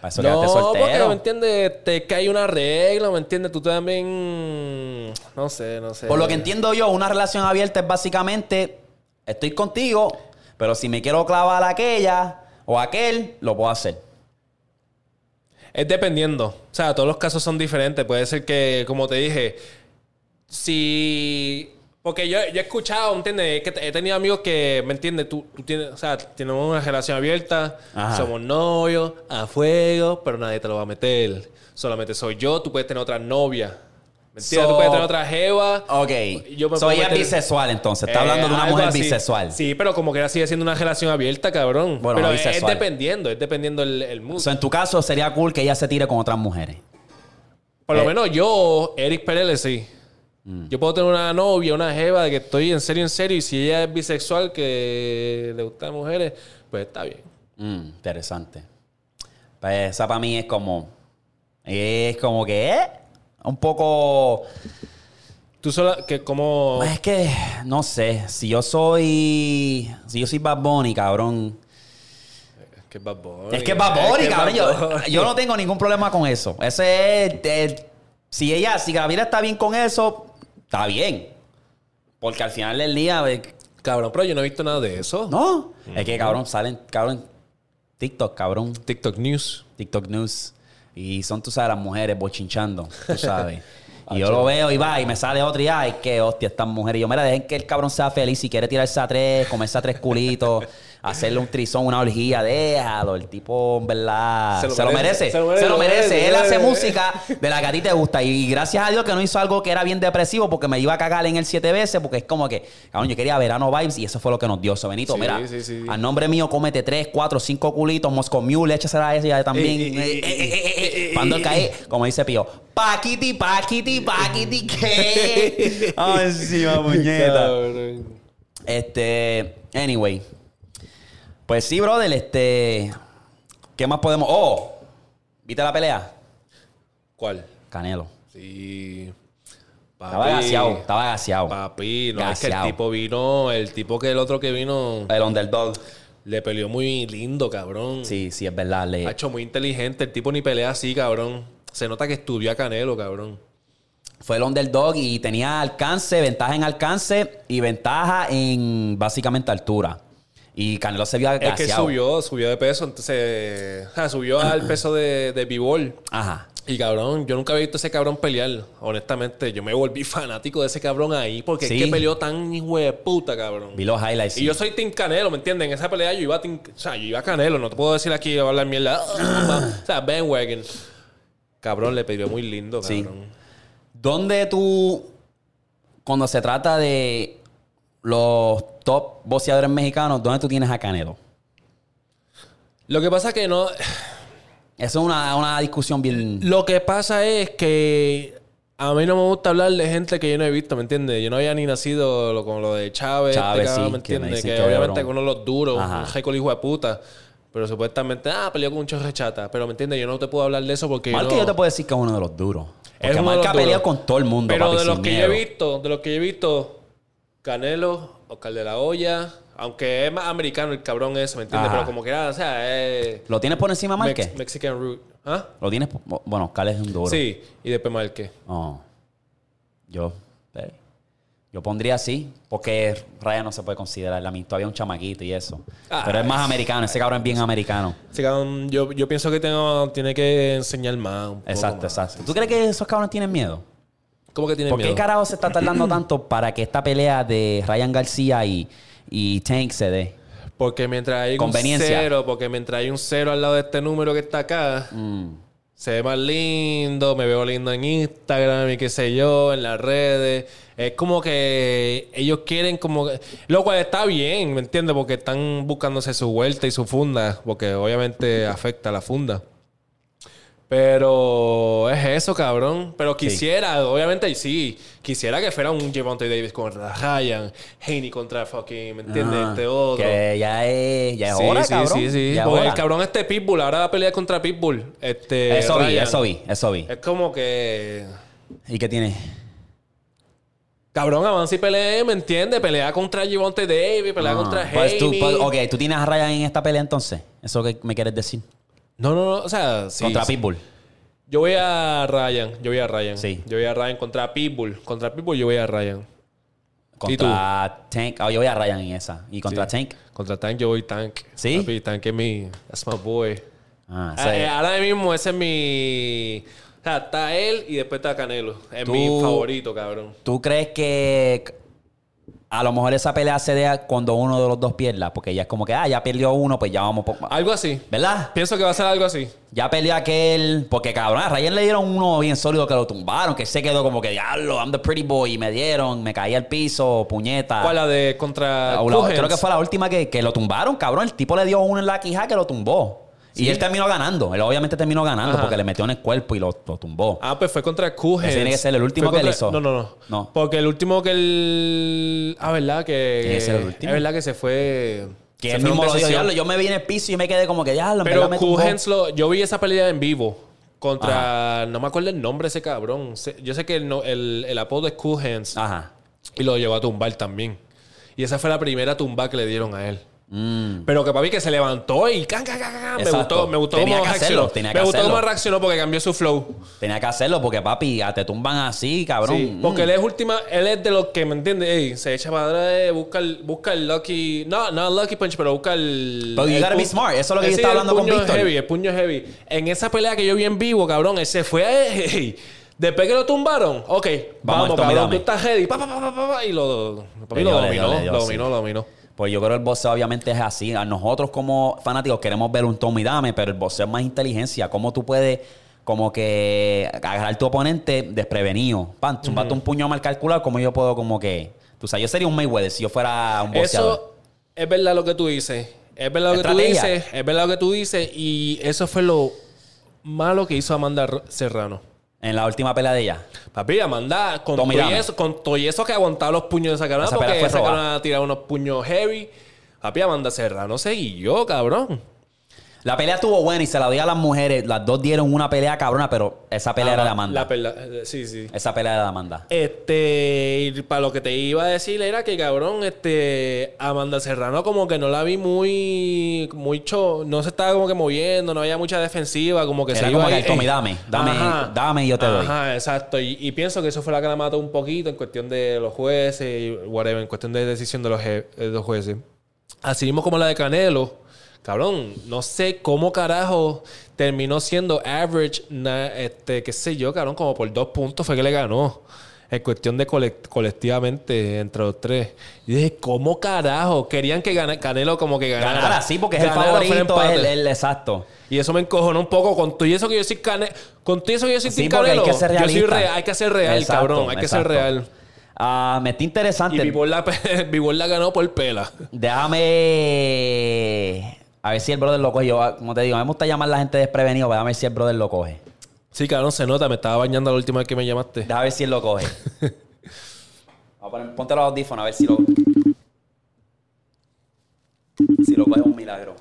Para eso quédate No, porque soltero. me entiendes, Este, que hay una regla, ¿me entiendes? Tú también. No sé, no sé. Por lo que entiendo yo, una relación abierta es básicamente estoy contigo, pero si me quiero clavar a aquella o a aquel, lo puedo hacer. Es dependiendo. O sea, todos los casos son diferentes. Puede ser que, como te dije, si. Porque yo, yo he escuchado, ¿entiendes? Que he tenido amigos que, ¿me entiendes? Tú, tú tienes, o sea, tenemos una relación abierta, Ajá. somos novios, a fuego, pero nadie te lo va a meter. Solamente soy yo, tú puedes tener otra novia. ¿Me So- entiendes? tú puedes tener otra jeva. Ok. Yo me puedo Soy ella es meter- bisexual entonces. Está Eh, hablando de una algo mujer así. bisexual. Sí, pero como que sigue siendo una relación abierta, cabrón. Bueno, pero no es, es bisexual. dependiendo, es dependiendo el, el mood. O sea, en tu caso sería cool que ella se tire con otras mujeres. Por lo Eh. Mm. menos yo, Eric Pérez, sí. Yo puedo tener una novia, una jeva de que estoy en serio, en serio, y si ella es bisexual, que le gustan mujeres, pues está bien. Mm, interesante. Pues esa para mí es como. Es como que. eh, Un poco. Tú sola, que como... Es que. No sé. Si yo soy. Si yo soy Bad Bunny, cabrón. Es que es Bad Bunny. Es que es Bad Bunny, Es que es cabrón. Bad Yo, Bunny. yo no tengo ningún problema con eso. Ese es. el- si ella, si Gabriela está bien con eso, está bien. Porque al final del día, eh, Cabrón, pero yo no he visto nada de eso. no. Es que cabrón, salen, cabrón. TikTok, cabrón. TikTok News. TikTok News. Y son, tú sabes, las mujeres bochinchando, *laughs* tú sabes. Y Ah, yo lo veo y va, y me sale otro y ay, qué hostia estas mujeres. Y yo, mira, dejen que el cabrón sea feliz. Si quiere tirarse a tres, comerse a tres *laughs* culitos, hacerle un trizón, una orgía, déjalo. El tipo, en verdad, se lo, merece, se lo merece. Él se lo hace merece. música de la que a ti te gusta. Y gracias a Dios que no hizo algo que era bien depresivo porque me iba a cagar en él siete veces porque es como que, cabrón, yo quería verano vibes y eso fue lo que nos dio. So, Benito, Sí, mira, sí, sí. a nombre mío, cómete tres, cuatro, cinco culitos, Moscow Mule, échasela a ese ya también. Ey, ey, ey, Eh, eh, ey, eh, eh, eh, ey, Cuando ey, cae, como dice Pío, paquiti, paquiti, *laughs* paquiti, *laughs* ¿qué? Ah, encima, puñeta. Cabrón. Este, anyway. Pues sí, brother, este. ¿Qué más podemos? Oh, ¿viste la pelea? ¿Cuál? Canelo. Sí. Estaba Papi. gaseado, estaba gaseado. Papi, no, es que Gaseado. el tipo vino, el tipo que el otro que vino, El underdog. le peleó muy lindo, cabrón. Sí, sí, es verdad. le- Ha hecho muy inteligente, el tipo ni pelea así, cabrón. Se nota que estudió a Canelo, cabrón. Fue el underdog y tenía alcance, ventaja en alcance y ventaja en básicamente altura. Y Canelo se vio Es que gaseado. subió, subió de peso, entonces, o sea, *clears throat* subió al peso de, de B-Ball. Ajá. Y cabrón, yo nunca había visto a ese cabrón pelear. Honestamente, yo me volví *laughs* fanático de ese cabrón ahí porque Sí. es que peleó tan hijo de puta, cabrón. Vi los highlights. Y yo soy Team Canelo, ¿me entienden? En esa pelea yo iba a Team... O sea, yo iba a Canelo. No te puedo decir aquí, iba a *clears throat* hablar mierda. o sea, Ben Wagon. Cabrón, le pidió muy lindo, Sí. cabrón. ¿Dónde tú, cuando se trata de los top boxeadores mexicanos, dónde tú tienes a Canelo? Lo que pasa que no... Eso es una, una discusión bien... Lo que pasa es que... A mí no me gusta hablar de gente que yo no he visto, ¿me entiendes? Yo no había ni nacido lo- con lo de Chávez, este Chávez, cabrón, sí, ¿me que me entiendes? dicen Que, que obviamente cabrón. con uno de los duros, Ajá. un jeco hijo de puta. Pero supuestamente, ah, peleó con un chorro de chata. Pero, ¿me entiendes? Yo no te puedo hablar de eso porque yo Marca no- yo te puedo decir que es uno de los duros. Es Porque uno de los Marca ha peleado duros. con todo el mundo, Pero papi, de sin los que miedo. yo he visto, de los que yo he visto, Canelo, Oscar de la Hoya, aunque es más americano el cabrón ese, ¿me entiendes? Ajá. Pero como que nada, o sea, es ¿Lo tienes por encima, Marque? Mex- Mexican Root. ¿Ah? ¿Lo tienes? por- Bueno, Oscar es un duro. Sí, y después Marque. No. Yo. eh, Yo pondría así, porque Raya no se puede considerar. La mitad había un chamaquito y eso. Ah, Pero es más americano, ese cabrón es bien americano. Ese cabrón, yo, yo pienso que tengo, tiene que enseñar más. un poco Exacto, más. exacto. ¿Tú crees que esos cabrones tienen miedo? ¿Cómo que tiene ¿Por qué miedo? carajo se está *clears throat* tardando tanto para que esta pelea de Ryan García y, y Tank se dé? Porque mientras hay un Conveniencia. cero, porque mientras hay un cero al lado de este número que está acá, se ve más lindo, me veo lindo en Instagram y qué sé yo, en las redes. Es como que ellos quieren como... que- Lo cual está bien, ¿me entiendes? Porque están buscándose su vuelta y su funda, porque obviamente afecta a la funda. Pero es eso, cabrón. Pero quisiera, obviamente sí. Quisiera que fuera un Javonte Davis contra Ryan, Haney contra fucking, ¿me entiendes? Ah, este otro. Que ya es, ya es hora, sí, cabrón. sí, sí. Ya es Porque el hora. cabrón este Pitbull ahora va a pelear contra Pitbull. Este, Eso vi, Ryan. Eh, eso vi, eso vi. Es como que. ¿Y qué tiene? Cabrón, avanza y pelea, ¿me entiendes? Pelea contra Javonte Davis, pelea Ah, contra pues tú, Haney. pues, ok, ¿tú tienes a Ryan en esta pelea entonces? ¿Eso que me quieres decir? No, no, no. O sea, sí. Contra sí. Pitbull. Yo voy a Ryan. Yo voy a Ryan. Sí. Yo voy a Ryan contra Pitbull. Contra Pitbull yo voy a Ryan. Contra Tank. Ah, yo voy a Ryan en esa. ¿Y contra Sí. Tank? Contra Tank yo voy Tank. ¿Sí? Papi, Tank es mi... That's my boy. Ah, Ah, esa eh, es- ahora mismo ese es mi... O sea, está él y después está Canelo. Es Tú- mi favorito, cabrón. ¿Tú crees que a lo mejor esa pelea se da cuando uno de los dos pierda? Porque ya es como que, ah, ya perdió uno, pues ya vamos por... Algo así. ¿Verdad? Pienso que va a ser algo así. Ya peleó aquel, porque cabrón, a Ryan le dieron uno bien sólido que lo tumbaron, que se quedó como que, diablo, I'm the pretty boy, y me dieron, me caí al piso, puñeta. ¿Cuál la de contra Ah. O la- Cogens? creo que fue la última que, que lo tumbaron, cabrón. El tipo le dio uno en la quija que lo tumbó. Y él terminó ganando. Él obviamente terminó ganando Ajá. porque le metió en el cuerpo y lo, lo tumbó. Ah, pues fue contra Cohen. Ese tiene que ser el último que él hizo. No, no, no. No. Porque el último que él... Ah, ¿verdad? Que... Tiene que ser el último. Es verdad que se fue... que se él fue mismo con lo dijo, decisión. diablo, yo me vi en el piso y me quedé como que, diablo, en verdad Pero me tumbó". Cohen, yo vi esa pelea en vivo contra, no me acuerdo el nombre de ese cabrón. Se- Yo sé que el, no- el, el apodo es Cohen Ajá. y lo llevó a tumbar también. Y esa fue la primera tumba que le dieron a él. Mm. Pero que papi que se levantó y can, can, can, can, me Exacto. gustó, me gustó Tenía cómo que hacerlo, reaccionó. tenía que me gustó hacerlo. cómo reaccionó porque cambió su flow. Tenía que hacerlo porque, papi, ya te tumban así, cabrón. Sí, porque él es última, él es de los que, ¿me entiendes? Ey, se echa para atrás, eh, busca el, busca el lucky, no, no el lucky punch, pero busca el... Pero you el gotta be pu- smart, eso es lo que yo Sí, estaba el hablando con puño es Víctor. heavy, el puño es heavy. En esa pelea que yo vi en vivo, cabrón, él se fue, eh, *laughs* ey, después que lo tumbaron, ok, Vamos, vamos, toma y cabrón, dame. tú estás heavy, pa, pa, pa, pa, pa, pa, y lo, Le papi, dio, lo le dio, dominó, le dio, lo sí. dominó, lo dominó. Pues yo creo que el boxeo obviamente es así. A nosotros como fanáticos queremos ver un Tommy Dame, pero el boxeo es más inteligencia. ¿Cómo tú puedes como que agarrar tu oponente desprevenido? Pan, zumbarte un puño mal calculado, como yo puedo como que... Tú sabes, yo sería un Mayweather si yo fuera un boxeador. Eso es verdad lo que tú dices. Es verdad lo que tú Estrategia. dices. Es verdad lo que tú dices. Y eso fue lo malo que hizo Amanda R- Serrano. En la última pelea de ella. Papi, Amanda, con todo, Tommy y Dame. eso, con todo y eso que aguantaba los puños de esa cabrona, Esa porque pelea fue esa robada. cabrona ha tirado unos puños heavy. Papi, Amanda Serrano seguió, cabrón. La pelea estuvo buena y se la di a las mujeres. Las dos dieron una pelea cabrona, pero esa pelea era de Amanda. Ah, La pelea, eh, sí, sí. Esa pelea era de Amanda. Este, y para lo que te iba a decir era que cabrón, este, Amanda Serrano como que no la vi muy, mucho, no se estaba como que moviendo, no había mucha defensiva, como que Era se como iba que, ahí, "Tommy, eh". dame, dame, dame y yo te doy. Ajá, exacto. Y, y pienso que eso fue la que la mató un poquito en cuestión de los jueces y whatever, en cuestión de decisión de los, je- eh, de los jueces. Así mismo como la de Canelo, cabrón, no sé cómo carajo terminó siendo average, na- este, qué sé yo, cabrón, como por dos puntos fue que le ganó. En cuestión de cole- colectivamente entre los tres. Y dije, ¿cómo carajo? Querían que gana- Canelo como que ganara. Ganar así porque es el Ganara, fuera favorito, es empate. el, el exacto. Y eso me encojonó un poco con todo y eso que yo soy Canelo. Con todo y eso que yo soy Sí, Team porque hay Canelo, que ser Yo realista. soy real, hay que ser real, Exacto, cabrón. Hay que ser exacto. real. Ah, me está interesante. Y Vivol la, *laughs* Bivol la ganó por pela. Déjame. A ver si el brother lo coge. Yo, ah, como te digo, a mí me gusta llamar a la gente desprevenido, pero a ver si el brother lo coge. Sí, cabrón, se nota. Me estaba bañando la última vez que me llamaste. Déjame ver si él lo *laughs* coge. Vamos a poner- ponte los audífonos a ver si lo. Si lo coge es un milagro.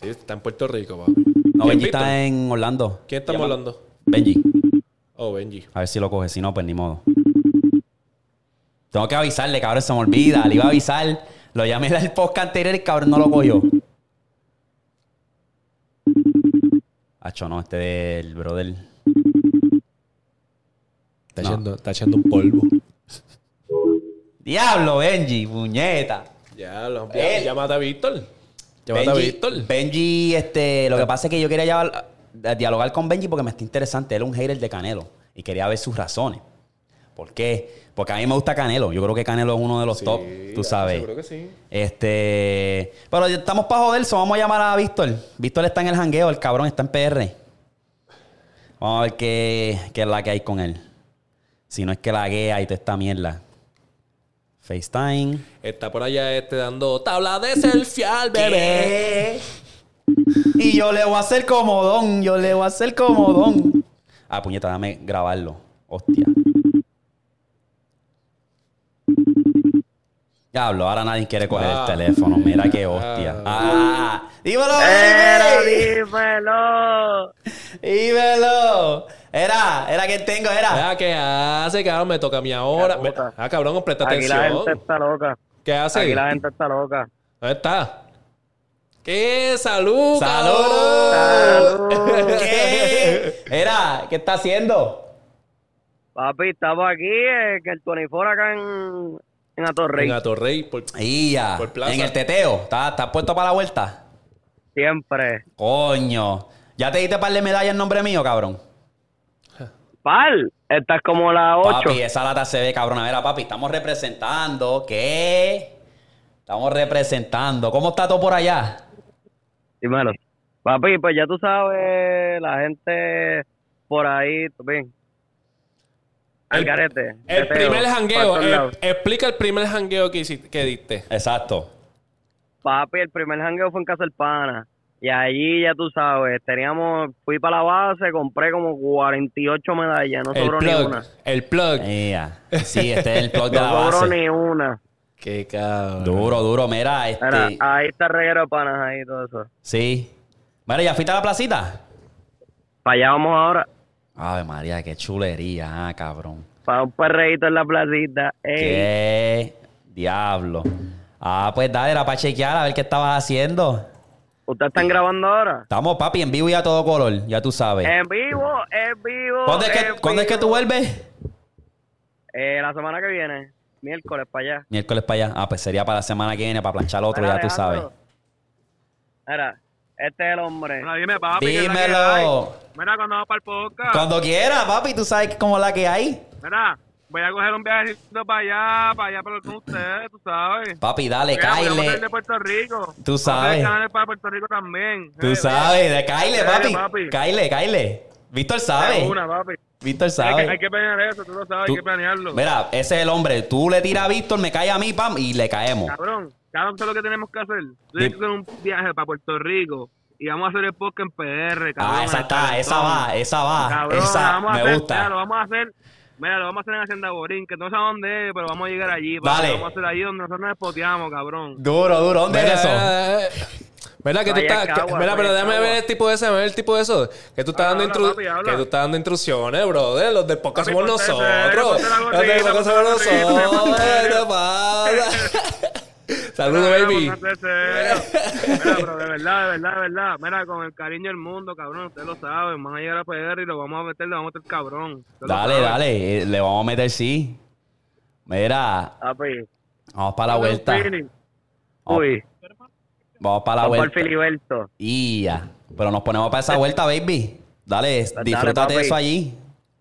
Sí, está en Puerto Rico, papi. No, ¿Quién, Benji Víctor? está en Orlando. ¿Quién está Llama- volando? Benji. Oh, Benji. A ver si lo coge. Si no, pues ni modo. Tengo que avisarle, cabrón. Se me olvida. Le iba a avisar. Lo llamé del podcast anterior y el cabrón no lo cogió. Hacho, no. Este del brother. Está, No. echando, está echando un polvo. Diablo, Benji. Puñeta. Ya, Eh. lo, Él. llámate a Víctor. Llámate a Benji, Víctor. Benji, este, lo que pasa es que yo quería llevar- a dialogar con Benji porque me está interesante. Él es un hater de Canelo y quería ver sus razones. ¿Por qué? Porque a mí me gusta Canelo. Yo creo que Canelo es uno de los Sí, top, tú sabes. Seguro que sí. Este. Pero ya estamos para joder, so vamos a llamar a Víctor. Víctor está en el jangueo, el cabrón está en PR. Vamos a ver qué, qué es la que hay con él. Si no es que la guea y toda esta mierda. FaceTime. Está por allá este dando tabla de selfie al bebé. Y yo le voy a hacer comodón, yo le voy a hacer comodón. Ah, puñeta, dame grabarlo. Hostia. Diablo, ahora nadie quiere coger Ah, el teléfono. Mira qué hostia. Ah, dímelo, Eh, baby. dímelo. dímelo. Era, era que tengo, era. Ah, ¿qué hace, cabrón? Me toca a mí ahora. Ya, puta. Ah, cabrón, presta Aquí la gente atención. está loca. ¿Qué hace? Aquí la gente está loca. ¿Dónde está? ¿Qué? ¡Salud! ¡Salud! cabrón! *laughs* Salud. ¿Qué? Era, ¿qué está haciendo? Papi, estamos aquí, eh, que el 24 acá en, en Atorrey. En Atorrey, por... Y ya. Por plaza. En el teteo. ¿Estás estás puesto para la vuelta? Siempre. Coño. ¿Ya te diste par de medallas en nombre mío, cabrón? Pal, estás como la 8. Papi, esa lata se ve, cabrón. A ver, papi, estamos representando. ¿Qué? Estamos representando. ¿Cómo está todo por allá? Dímelo. Papi, pues ya tú sabes, la gente por ahí, tú ven. Al El- garete. El teteo, primer pa' jangueo. todos el- lados. explica el primer jangueo que, hiciste, que diste. Exacto. Papi, el primer jangueo fue en Casa del Pana. Y allí, ya tú sabes, teníamos, fui para la base, compré como 48 medallas, no el sobró ni una. plug. El plug. Mira. Sí, este es el plot de *laughs* la No sobró base. ni una. Qué cabrón. Duro, duro. Mira, Mira, ah. este. ahí está el reguero de panas, ahí todo eso. Sí. Mira, ¿ya fuiste a la placita? Para allá vamos ahora, Ave María, qué chulería, ah, cabrón. para un perreíto en la placita. Ey, Qué diablo. Ah, pues dale, era para chequear a ver qué estabas haciendo. ¿Ustedes están grabando ahora? Estamos, papi, en vivo y a todo color, ya tú sabes. En vivo, en vivo. ¿Cuándo es que, en cuándo es que tú vivo. vuelves? Eh, la semana que viene, miércoles para allá. Miércoles para allá. Ah, pues sería para la semana que viene, para planchar otro, Mira, ya tú sabes. Alejandro. Mira, este es el hombre. Bueno, dime, papi. ¿qué es la que Dímelo. hay? Mira, cuando va para el podcast. Cuando quiera, papi, tú sabes que como la que hay. Mira, voy a coger un viajecito para allá, para allá, pero con ustedes, tú sabes. Papi, dale, Mira, voy a caile. poner de Puerto Rico. Tú sabes. Voy a hacer canales para Puerto Rico también. Tú Eh, sabes, de caile, Dale, papi. papi. Caile, caile. Víctor eh, sabe. Una, papi. Víctor Hay que, hay sabe. que planear eso, tú lo sabes, Tú- hay que planearlo. Mira, ese es el hombre. Tú le tiras a Víctor, me cae a mí, pam, y le caemos. Cabrón, cabrón, ¿sabes lo que tenemos que hacer? Dime. Tenemos que hacer un viaje para Puerto Rico y vamos a hacer el podcast en PR, cabrón. Ah, esa está, Calentón. esa va, esa va. Cabrón, la Ah, esa vamos a me hacer, gusta. Mira, lo vamos a hacer. Mira, lo vamos a hacer en Hacienda Borín, que no sé a dónde es, pero vamos a llegar allí. papi. Dale. Lo vamos a hacer allí donde nosotros nos espoteamos, cabrón. Duro, duro. ¿Dónde Mira, es eso? mira, mira, que tú Vaya estás. que- cagua, mira, pero vaya déjame cagua. ver el tipo ese, ver el tipo de eso. Que tú estás Habla, dando habla, intru- papi, habla. que tú estás dando intrusiones, brother. Los del podcast Papi, somos ponte nosotros. serio, Los ponte la del gorrita, podcast ponte somos la gorrita, nosotros. *laughs* ponte ¿Qué serio. te *laughs* pasa? Saludos, baby. Mira, pero no sé, serio. *laughs* Mira, pero de verdad, de verdad, de verdad. Mira, con el cariño del mundo, cabrón, ustedes lo saben. Vamos a llegar a PR y lo vamos a meter, lo vamos a meter, cabrón. Ustedes lo Dale, saben. dale. eh, Le vamos a meter sí. Mira, Papi. vamos para la vuelta. Uy, Vamos, Uy, vamos para la vamos para el vuelta. Filiberto. Y ya. Pero nos ponemos para esa vuelta, baby. Dale, dale, disfrútate de papi. eso allí.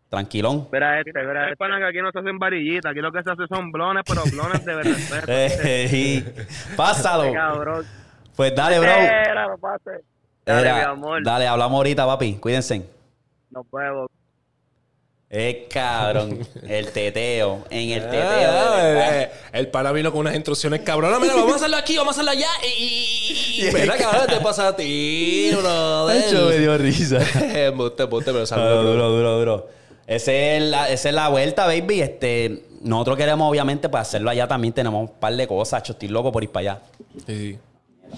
Tranquilón. *laughs* Mira este, mira Es este. para que aquí no se hacen varillitas, aquí lo que se hace son blones, pero blones de Eh, verdad. Ey, Pásalo. Cabrón. Pues dale, bro. Era, no pase. Dale, Era, mi amor. dale, hablamos ahorita, papi. Cuídense. Nos vemos. Eh, cabrón. El teteo. En el teteo. de Ah, verdad. eh, el pana vino con unas instrucciones cabronas. Mira, vamos a hacerlo aquí, vamos a hacerlo allá. Y, y, y- mira, cabrón, te pasa *laughs* a ti, Hacho, me brother. *laughs* dio risa. Embuste, embuste, pero Duro, saludos. duro, duro, duro. Ese es la, esa es la vuelta, baby. Este, nosotros queremos, obviamente, pues hacerlo allá también. Tenemos un par de cosas. Hacho, estoy loco por ir para allá. Sí, sí.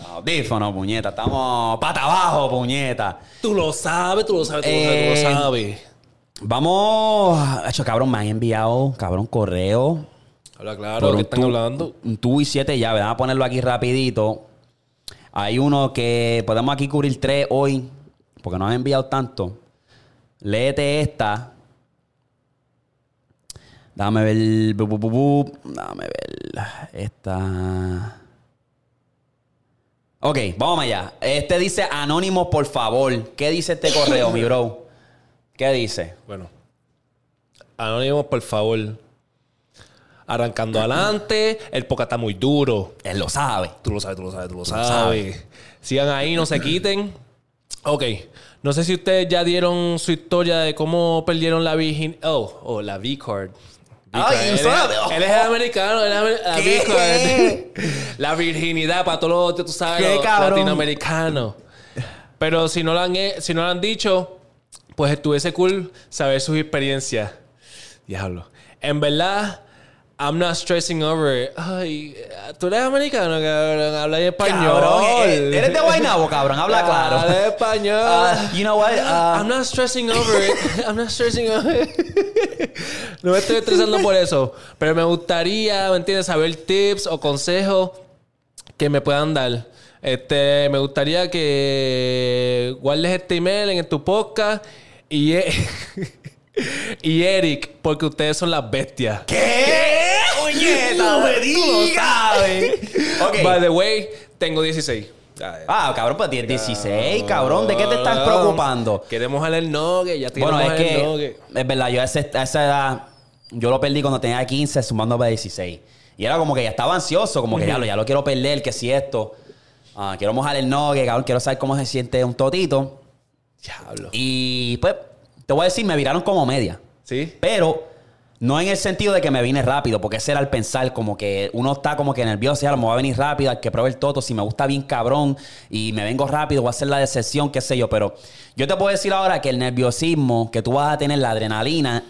Audífonos, puñeta. Estamos pata abajo, puñeta. Tú lo sabes, tú lo sabes, tú lo sabes, Eh, tú lo sabes. Vamos. Hacho, cabrón, me han enviado, cabrón, correo. Habla claro, un ¿qué están tú- hablando? Un tubo y siete llaves. Vamos a ponerlo aquí rapidito. Hay uno que podemos aquí cubrir tres hoy, porque nos han enviado tanto. Léete esta. Dame ver. bu, bu, bu, bu. Dame ver. Esta. Ok, vamos allá. Este dice anónimo, por favor. ¿Qué dice este correo, mi bro? ¿Qué dice? Bueno. Anónimos, por favor. Mm. Arrancando adelante, el poca está muy duro. Él lo sabe. Tú lo sabes, tú lo sabes, tú lo lo sabes. Sigan ahí, no se quiten. Ok. No sé si ustedes ya dieron su historia de cómo perdieron la virgin... Oh, oh, la V-Card. Ay, él, es- suave. él es el americano, él es amer- la ¿Qué? V-Card. *laughs* La virginidad para todos los, tú sabes, Qué los cabrón. latinoamericanos. Pero si no lo han, he- si no lo han dicho, pues estuviese cool saber sus experiencias. Diablo. En verdad, I'm not stressing over. it. Ay, tú eres americano, cabrón. Habla en español. Cabrón, eh, eres de Guaynabo, cabrón. Habla claro. Habla español. Ah, you know what? Ah, I'm not stressing over it. *laughs* I'm not stressing over it. *laughs* No me estoy estresando por eso. Pero me gustaría, ¿me entiendes? Saber tips o consejos que me puedan dar. Este, me gustaría que guardes este email en tu podcast y eh, e- *laughs* y Eric, porque ustedes son las bestias. ¿Qué? ¡Puñeta, me digas! Ok. By the way, tengo 16. Ah, eh. Ah, cabrón, pues tienes 16, cabrón. ¿De qué te estás preocupando? Queremos jalar el nogue, ya tenemos Bueno, es el que nogue. es verdad, yo a, ese- a esa edad, yo lo perdí cuando tenía 15, sumando para 16. Y era como que ya estaba ansioso, como que ya lo, ya lo quiero perder, que si esto. Ah, quiero mojar el nogue, cabrón, quiero saber cómo se siente un totito. Diablo. Y pues, te voy a decir, me viraron como media. ¿Sí? Pero no en el sentido de que me vine rápido, porque ese era el pensar, como que uno está como que nervioso, ya me va a venir rápido, al que pruebe el toto, si me gusta bien cabrón y me vengo rápido, voy a hacer la decepción, qué sé yo. Pero yo te puedo decir ahora que el nerviosismo que tú vas a tener, la adrenalina,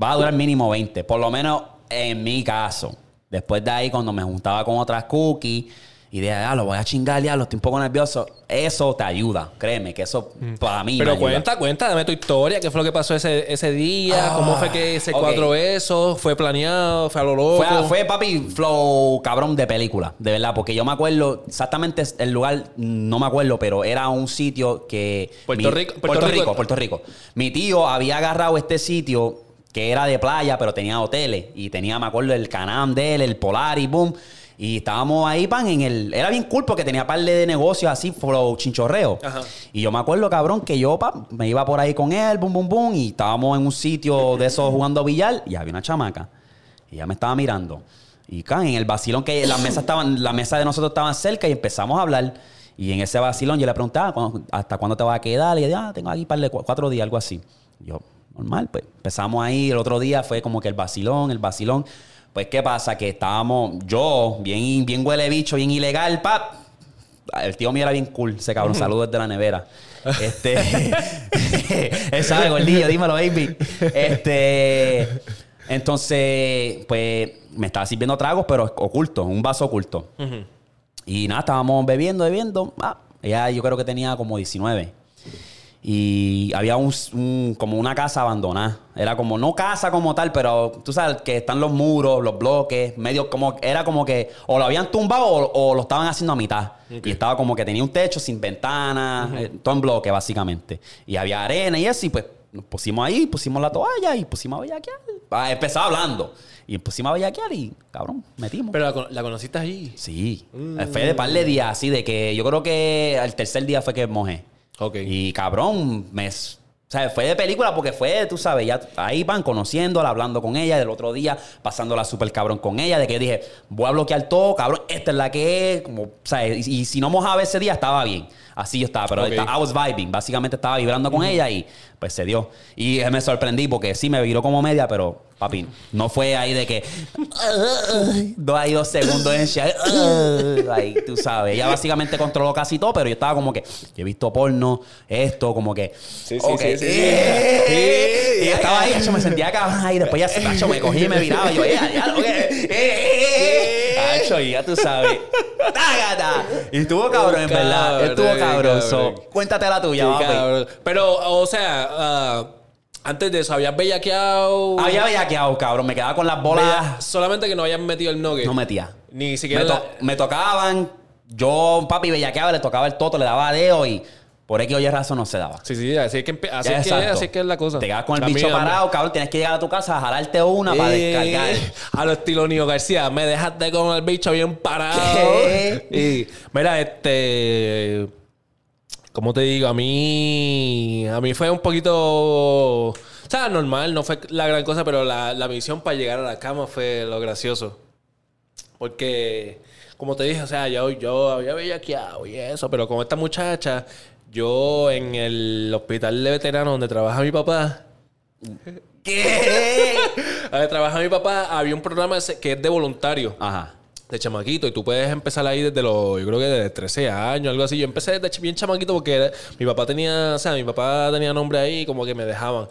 va a durar mínimo 20, por lo menos en mi caso. Después de ahí, cuando me juntaba con otras cookies y dije, ah, lo voy a chingar, ya, lo estoy un poco nervioso, eso te ayuda, créeme, que eso para mí. me Mm. Pero ayuda. cuenta, cuenta, dame tu historia, qué fue lo que pasó ese, ese día, Ah, cómo fue que se cuatro ok. eso, fue planeado, fue a lo loco. Fue, fue, papi flow cabrón de película, de verdad, porque yo me acuerdo exactamente el lugar, no me acuerdo, pero era un sitio que... Puerto mi- Rico- Puerto Puerto, Rico, Rico. Puerto Rico. Mi tío había agarrado este sitio que era de playa, pero tenía hoteles y tenía, me acuerdo, el Canam de él, el Polaris, boom. Y estábamos ahí, pan, en el... Era bien cool porque tenía par de negocios así, flow chinchorreo. Ajá. Y yo me acuerdo, cabrón, que yo pa, me iba por ahí con él, bum, bum, bum, y estábamos en un sitio de esos jugando billar y había una chamaca. Y ella me estaba mirando. Y can, en el vacilón que las mesas estaban, la mesa de nosotros estaban cerca y empezamos a hablar. Y en ese vacilón yo le preguntaba, "Ah, "¿Cuándo- ¿hasta cuándo te vas a quedar? Y ella, ah, tengo aquí par de cu- cuatro días, algo así. Y yo, normal, pues empezamos ahí. El otro día fue como que el vacilón, el vacilón. Pues, ¿qué pasa? Que estábamos, yo, bien, bien huele bicho, bien ilegal, pap. El tío mío era bien cool, ese cabrón. Saludos desde la nevera. Este. *laughs* él sabe, gordillo, dímelo, baby. Este. Entonces, pues me estaba sirviendo tragos, pero oculto, un vaso oculto. Y nada, estábamos bebiendo, bebiendo. Ah, ella yo creo que tenía como 19. Y había un, un- como una casa abandonada. Era como, no casa como tal, pero tú sabes que están los muros, los bloques, medio como, era como que o lo habían tumbado o, o lo estaban haciendo a mitad. Y estaba como que tenía un techo sin ventanas, eh, todo en bloque básicamente. Y había arena y eso, y pues nos pusimos ahí, pusimos la toalla y pusimos a bellaquear. Ah, Empezaba hablando. Y pusimos a bellaquear y, cabrón, metimos. Pero la, con- la conociste allí. Sí. Mm. Fue de par de días, así de que yo creo que al tercer día fue que mojé. Ok. Y cabrón, me. s- O sea, fue de película porque fue, tú sabes, ya ahí van conociéndola, hablando con ella, del otro día pasándola súper cabrón con ella, de que yo dije, voy a bloquear todo, cabrón, esta es la que es, como, o sea, y, y si no mojaba ese día estaba bien, así yo estaba, pero ah, Ok. estaba- I was vibing, básicamente estaba vibrando con ella y pues se dio. Y eh, me sorprendí porque sí me viró como media, pero papi, no fue ahí de que dos ahí dos segundos en shag- ahí tú sabes. Ella básicamente controló casi todo, pero yo estaba como que yo he visto porno, esto, como que Sí, sí, ok, sí, sí, sí. eh, Sí. y yo estaba ahí, yo me sentía cabrón y después ya se macho, me cogí y me viraba y yo, ya, ya, ok, eh, eh, eh. Macho, y ya tú sabes. ¡Tágata! Y estuvo cabrón, en verdad. Cabrón, eh, Estuvo cabrón. so, cabrón. cuéntate la tuya, Sí, papi. cabrón. Pero, o sea, ah, antes de eso, habías bellaqueado. Había bellaqueado, cabrón. Me quedaba con las Bella- bolas. Solamente que no habían metido el nogue. No metía. Ni siquiera. Me, to- la- me tocaban. Yo, papi, bellaqueaba, le tocaba el toto, le daba dedo y por X o Y razón no se daba. Sí, sí, así es que, empe- así Ya, es, que exacto. así es que es la cosa. Te quedas con el También, bicho también. parado, cabrón. Tienes que llegar a tu casa a jalarte una para Eh, *laughs* descargar. A lo estilo Nio García, me dejaste con el bicho bien parado. ¿Qué? Y, mira, este. ¿Cómo te digo? A mí. A mí fue un poquito. O sea, normal, no fue la gran cosa, pero la, la misión para llegar a la cama fue lo gracioso. Porque, como te dije, o sea, yo, yo había bellaqueado y eso, pero con esta muchacha, yo en el hospital de veteranos donde trabaja mi papá, *laughs* ¿Qué? donde trabaja mi papá, había un programa ese- que es de voluntario, Ajá. de chamaquito, y tú puedes empezar ahí desde los, yo creo que desde 13 años, algo así. Yo empecé desde ch- bien chamaquito porque era- mi papá tenía, o sea, mi papá tenía nombre ahí, como que me dejaban.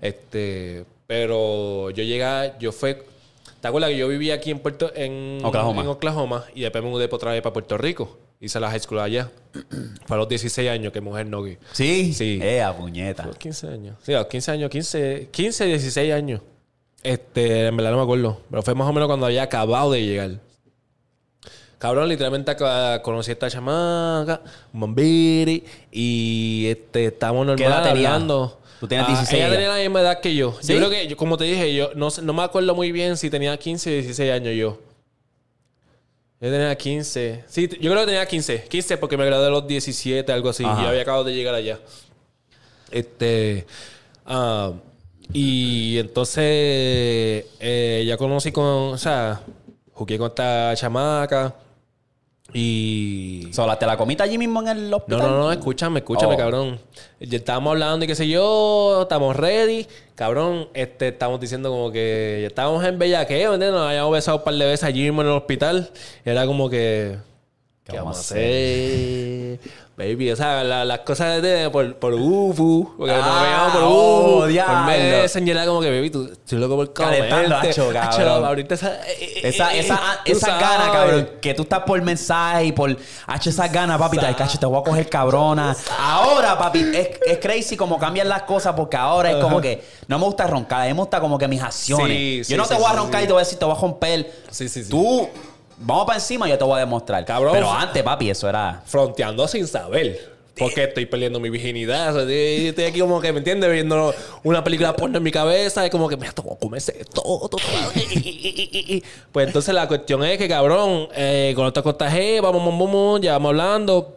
Este, pero yo llegaba, yo fue, ¿te acuerdas que yo vivía aquí en Puerto, en Oklahoma. en Oklahoma, y después me mudé para otra vez para Puerto Rico. Hice la high school allá. *clears throat* Fue a los 16 años que mujer no gay. Sí. Sí. Ea, puñeta. Los 15 años. Sí, a los 15 años, 15, 15, 16 años. Este, en verdad no me acuerdo. Pero fue más o menos cuando había acabado de llegar. Cabrón, literalmente acá conocí a esta chamaca, Mambiri, y este, estamos normal ¿Qué edad tenía? hablando. Tú tenías Ah, 16 ella ya. tenía la misma edad que yo. ¿Sí? Yo creo que, yo- como te dije, yo no, sé- no me acuerdo muy bien si tenía 15 o 16 años yo. Yo tenía 15. Sí, t- yo creo que tenía 15. 15 porque me gradué a los 17, algo así. Ajá. Y yo había acabado de llegar allá. Este. ah, y entonces. eh, ya conocí con. O sea, jugué con esta chamaca. Y. Sola, ¿te la comiste allí mismo en el No, hospital? no, no, escúchame, escúchame, Oh. cabrón. Ya estábamos hablando y qué sé yo, estamos ready. Cabrón, este, estamos diciendo como que ya estábamos en bellaqueo, ¿entiendes? Nos habíamos besado un par de veces allí mismo en el hospital. Era como que... ¿Qué vamos a hacer? Baby, o sea, la- las cosas de, por, por UFU, porque Ah, nos veíamos por oh, UFU, diablo. por Messenger, era como que, baby, tú, tú loco por comerte. Calentando, hacho, Hacho, cabrón. ahorita esa... eh, Eh, Esa, esa, tú esa gana, sabes. cabrón, que tú estás por mensaje y por. Hacho, esa gana, papi, te, cacho, te voy a coger cabrona. Ahora, papi, es, es crazy como cambian las cosas porque ahora es como que no me gusta roncar, a mí me gusta como que mis acciones. Sí, sí, yo no sí, te voy a sí, roncar sí. y te voy a decir, te voy a romper. Sí, sí, sí. Tú, vamos para encima, yo te voy a demostrar. Cabrón. Pero antes, papi, eso era. fronteando sin saber. Porque estoy perdiendo mi virginidad. o sea, yo- yo estoy aquí como que, ¿me entiendes? Viendo una película porno en mi cabeza. Es como que, mira, te voy a comer ese todo. *laughs* todo, todo. Pues entonces la cuestión es que, cabrón, eh, con esta contaje, vamos, vamos, vamos, ya vamos hablando.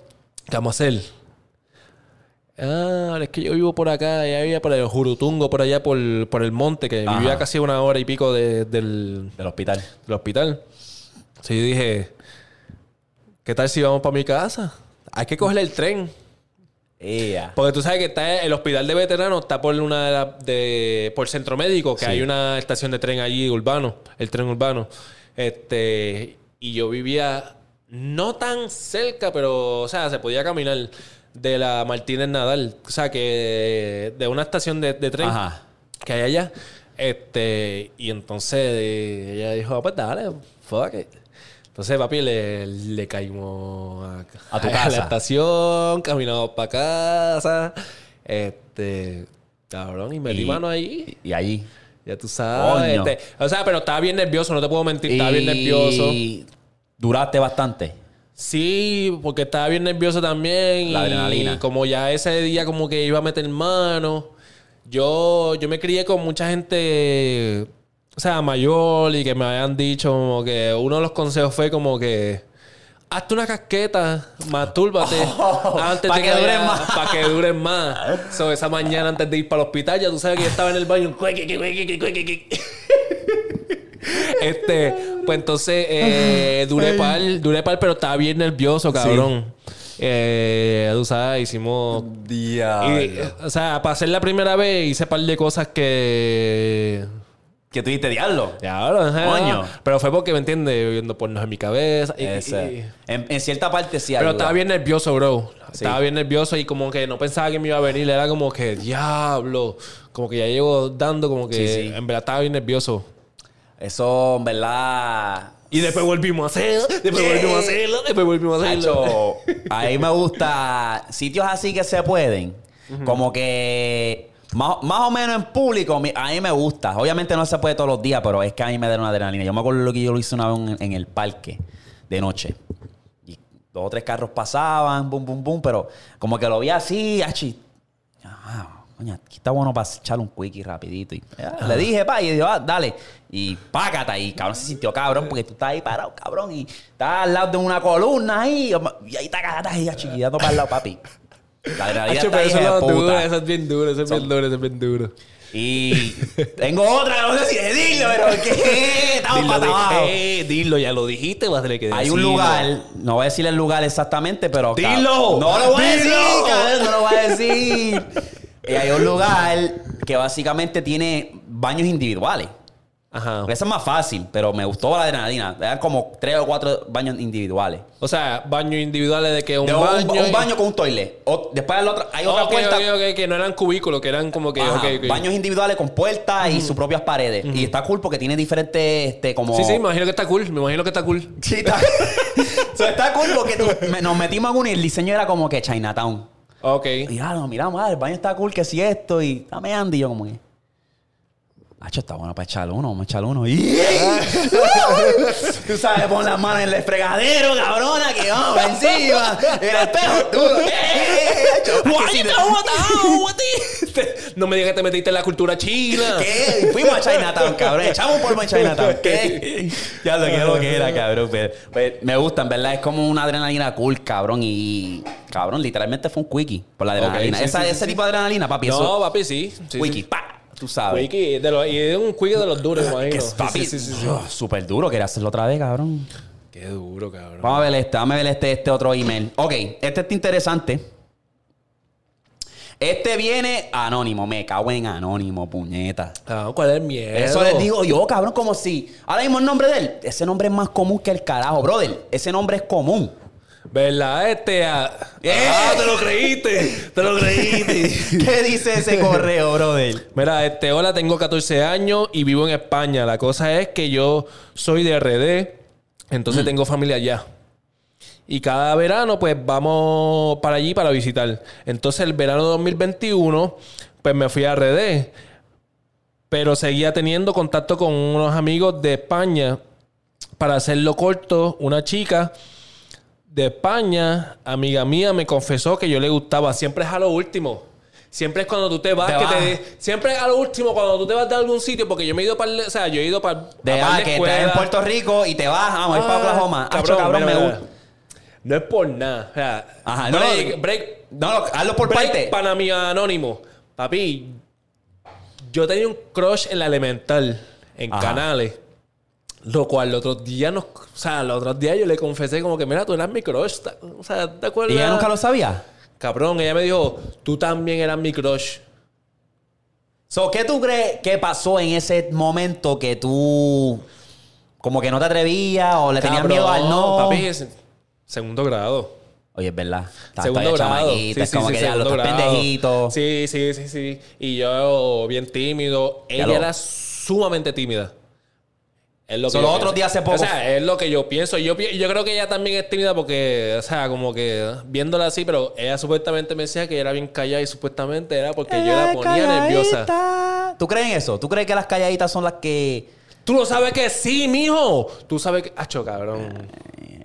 ¿Qué vamos a hacer? Ah, es que yo vivo por acá, ya vivía por el Jurutungo, por allá, por, por el monte, que Ajá. vivía casi una hora y pico de- del, Del hospital. del hospital. Sí, yo dije, ¿qué tal si vamos para mi casa? Hay que coger el tren. Ea. Porque tú sabes que está el hospital de veteranos está por una de, la- de- por centro médico, que Sí. hay una estación de tren allí urbano, el tren urbano. Este, y yo vivía no tan cerca, pero o sea, se podía caminar de la Martínez Nadal, o sea, que de una estación de, de tren Ajá. que hay allá. Este, y entonces eh, ella dijo, "Ah, pues dale, fuck it. Entonces, papi, le, le caímos *laughs* a, A tu la casa. estación, caminamos para casa. Este, cabrón, y metí Y- mano ahí. Y allí. Ya tú sabes. Coño. este, o sea, pero estaba bien nervioso, no te puedo mentir, estaba bien nervioso. Y Duraste bastante. Sí, porque estaba bien nervioso también. La y adrenalina. como ya ese día como que iba a meter mano. Yo, yo me crié con mucha gente, o sea, mayor y que me habían dicho como que uno de los consejos fue como que hazte una casqueta, *laughs* mastúrbate antes pa' de que dure vaya- más. pa' que dure más. So, esa mañana antes de ir para el hospital, ya tú sabes que yo estaba en el baño. cueque, que, cueque, que, cueque, que. Este, pues entonces eh, duré pal, duré pal, pero estaba bien nervioso, cabrón. Eh, tú sabes, hicimos. y, eh, o sea, para ser la primera vez hice par de cosas que. Que tuviste diablo. Ya, ahora, ajá. Coño. Pero fue porque, ¿me entiendes? Viendo pornos en mi cabeza. y- y- y- Ese. En, en cierta parte sí pero ayuda. estaba bien nervioso, bro. Sí. Estaba bien nervioso y como que no pensaba que me iba a venir. Era como que, diablo. Como que ya llego dando, como que Sí, sí. en verdad estaba bien nervioso. Eso, en verdad. Y después volvimos a hacerlo, después Yeah. volvimos a hacerlo, después volvimos a hacerlo. Nacho, *laughs* ahí me gusta sitios así que se pueden. Como que más, más o menos en público, mi- a mí me gusta. Obviamente no se puede todos los días, pero es que a mí me da una adrenalina. Yo me acuerdo lo que yo lo hice una vez en, en el parque de noche. Y dos o tres carros pasaban, bum, bum, bum, pero como que lo vi así, achi. Ah, coño, aquí está bueno para echar un quickie rapidito. Y, ah, le dije, pa, y dijo, ah, dale. Y págata ahí, cabrón, se sintió cabrón, porque tú estás ahí parado, cabrón, y estás al lado de una columna ahí, y ahí está cagata ahí, achi, guiando para el lado, papi. La *laughs* adrenalina Nacho, está pero ahí, eso es hija de lo duro, puta. eso es bien duro, eso es bien duro, eso es bien duro. Y tengo otra, no sé si decirlo, pero *laughs* que estamos Dilo, para di- abajo. eh, dilo, ya lo dijiste, vas a tener que decirlo. Hay un lugar, no voy a decir el lugar exactamente, pero. cab- ¡Dilo! No lo voy a decir, ¡Dilo! cabrón, no lo voy a decir. Y hay un lugar que básicamente tiene baños individuales. Ajá. Esa es más fácil, pero me gustó la adrenalina. Eran como tres o cuatro baños individuales. O sea, baños individuales de que un De un, baño... un y- baño con un toilet. O- después hay otra, hay otra Ok, puerta. ok, ok, que no eran cubículos, que eran como que... Ajá, ok, ok. Baños individuales con puertas y sus propias paredes. Y está cool porque tiene diferentes, este, como... Sí, sí, me imagino que está cool, me imagino que está cool. Sí, está. *laughs* So, está cool porque tú- me- nos metimos en uno y el diseño era como que Chinatown. Ok. "Ah, Y ya, no, mira, madre, el baño está cool, que si esto, y dame Andy, yo como que. Acho, está bueno para echar uno, vamos a echar uno. ¡Y! *laughs* Tú sabes, pon las manos en el fregadero, cabrona, que vamos para encima. En el espejo, tú. *laughs* ¡Eh! *laughs* *laughs* No me digas que te metiste en la cultura china. ¿Qué? Fuimos a Chinatown, cabrón. Echamos un polvo en Chinatown. ¿Qué? *laughs* Ya lo que es lo que era, cabrón. Pero, pero me gusta, en verdad. Es como una adrenalina cool, cabrón. Y, cabrón, literalmente fue un quickie por la adrenalina. sí, Esa- sí, ese tipo de adrenalina, papi, No, eso. papi, sí. sí, sí. quickie, pa. Tú sabes. Wiki, de los- y es un quickie de los duros, me Que imagino. es, papi, Sí, sí, sí, sí. oh, súper duro. Quería hacerlo otra vez, cabrón. Qué duro, cabrón. Vamos a ver este, vamos a ver este, este otro email. Ok, este está interesante. Este viene anónimo, me cago en anónimo, puñeta. Cabrón, ¿cuál es el miedo? Eso les digo yo, cabrón, como si. Ahora mismo el nombre de él, ese nombre es más común que el carajo, brother. Ese nombre es *laughs* común. ¿Verdad? Este. ah, ¡Eh! ah, te lo creíste. Te lo creíste. ¿Qué dice ese correo, *laughs* brother? Mira, este, hola, tengo 14 años y vivo en España. La cosa es que yo soy de RD, entonces tengo familia allá. Y cada verano, pues vamos para allí para visitar. Entonces, el verano 2021, pues me fui a RD. Pero seguía teniendo contacto con unos amigos de España. Para hacerlo corto, una chica de España, amiga mía, me confesó que yo le gustaba. Siempre es a lo último. Siempre es cuando tú te vas, Te que vas. te- Siempre es a lo último cuando tú te vas de algún sitio. Porque yo me he ido para... O sea, yo he ido para... De ah, que estás en Puerto Rico y te vas, vamos, a ir para Oklahoma. Ah, cabrón, mira, me mira. gusta. No es por nada. O sea, Ajá, no, break, no. break, No, no, hazlo por break parte. para mi anónimo. Papi, yo tenía un crush en la elemental, en Ajá. canales. Lo cual, el otro día nos. O sea, el otro día yo le confesé como que, mira, tú eras mi crush. ta- O sea, ¿te acuerdas? ¿Y ella nunca lo sabía? Cabrón, ella me dijo, tú también eras mi crush. So, ¿Qué tú crees que pasó en ese momento que tú como que no te atrevías o le tenías Cabrón, miedo al no? Papi, es- segundo grado. Oye, es verdad. Estás segundo todavía grado. chamaquito, es Sí, sí, como sí, que ya lo segundo estás grado. pendejito. Sí, sí, sí, sí. Y yo, bien tímido. Ya Ella lo- era sumamente tímida. Es lo Solo yo otros pienso. días hace poco. O sea, es lo que yo pienso. Yo, pi- yo creo que ella también es tímida porque, o sea, como que viéndola así, pero ella supuestamente me decía que era bien callada y supuestamente era porque yo la ponía nerviosa. ¿Tú crees en eso? ¿Tú crees que las calladitas son las que... Tú lo sabes que sí, mijo. Tú sabes que. ¡Acho, cabrón!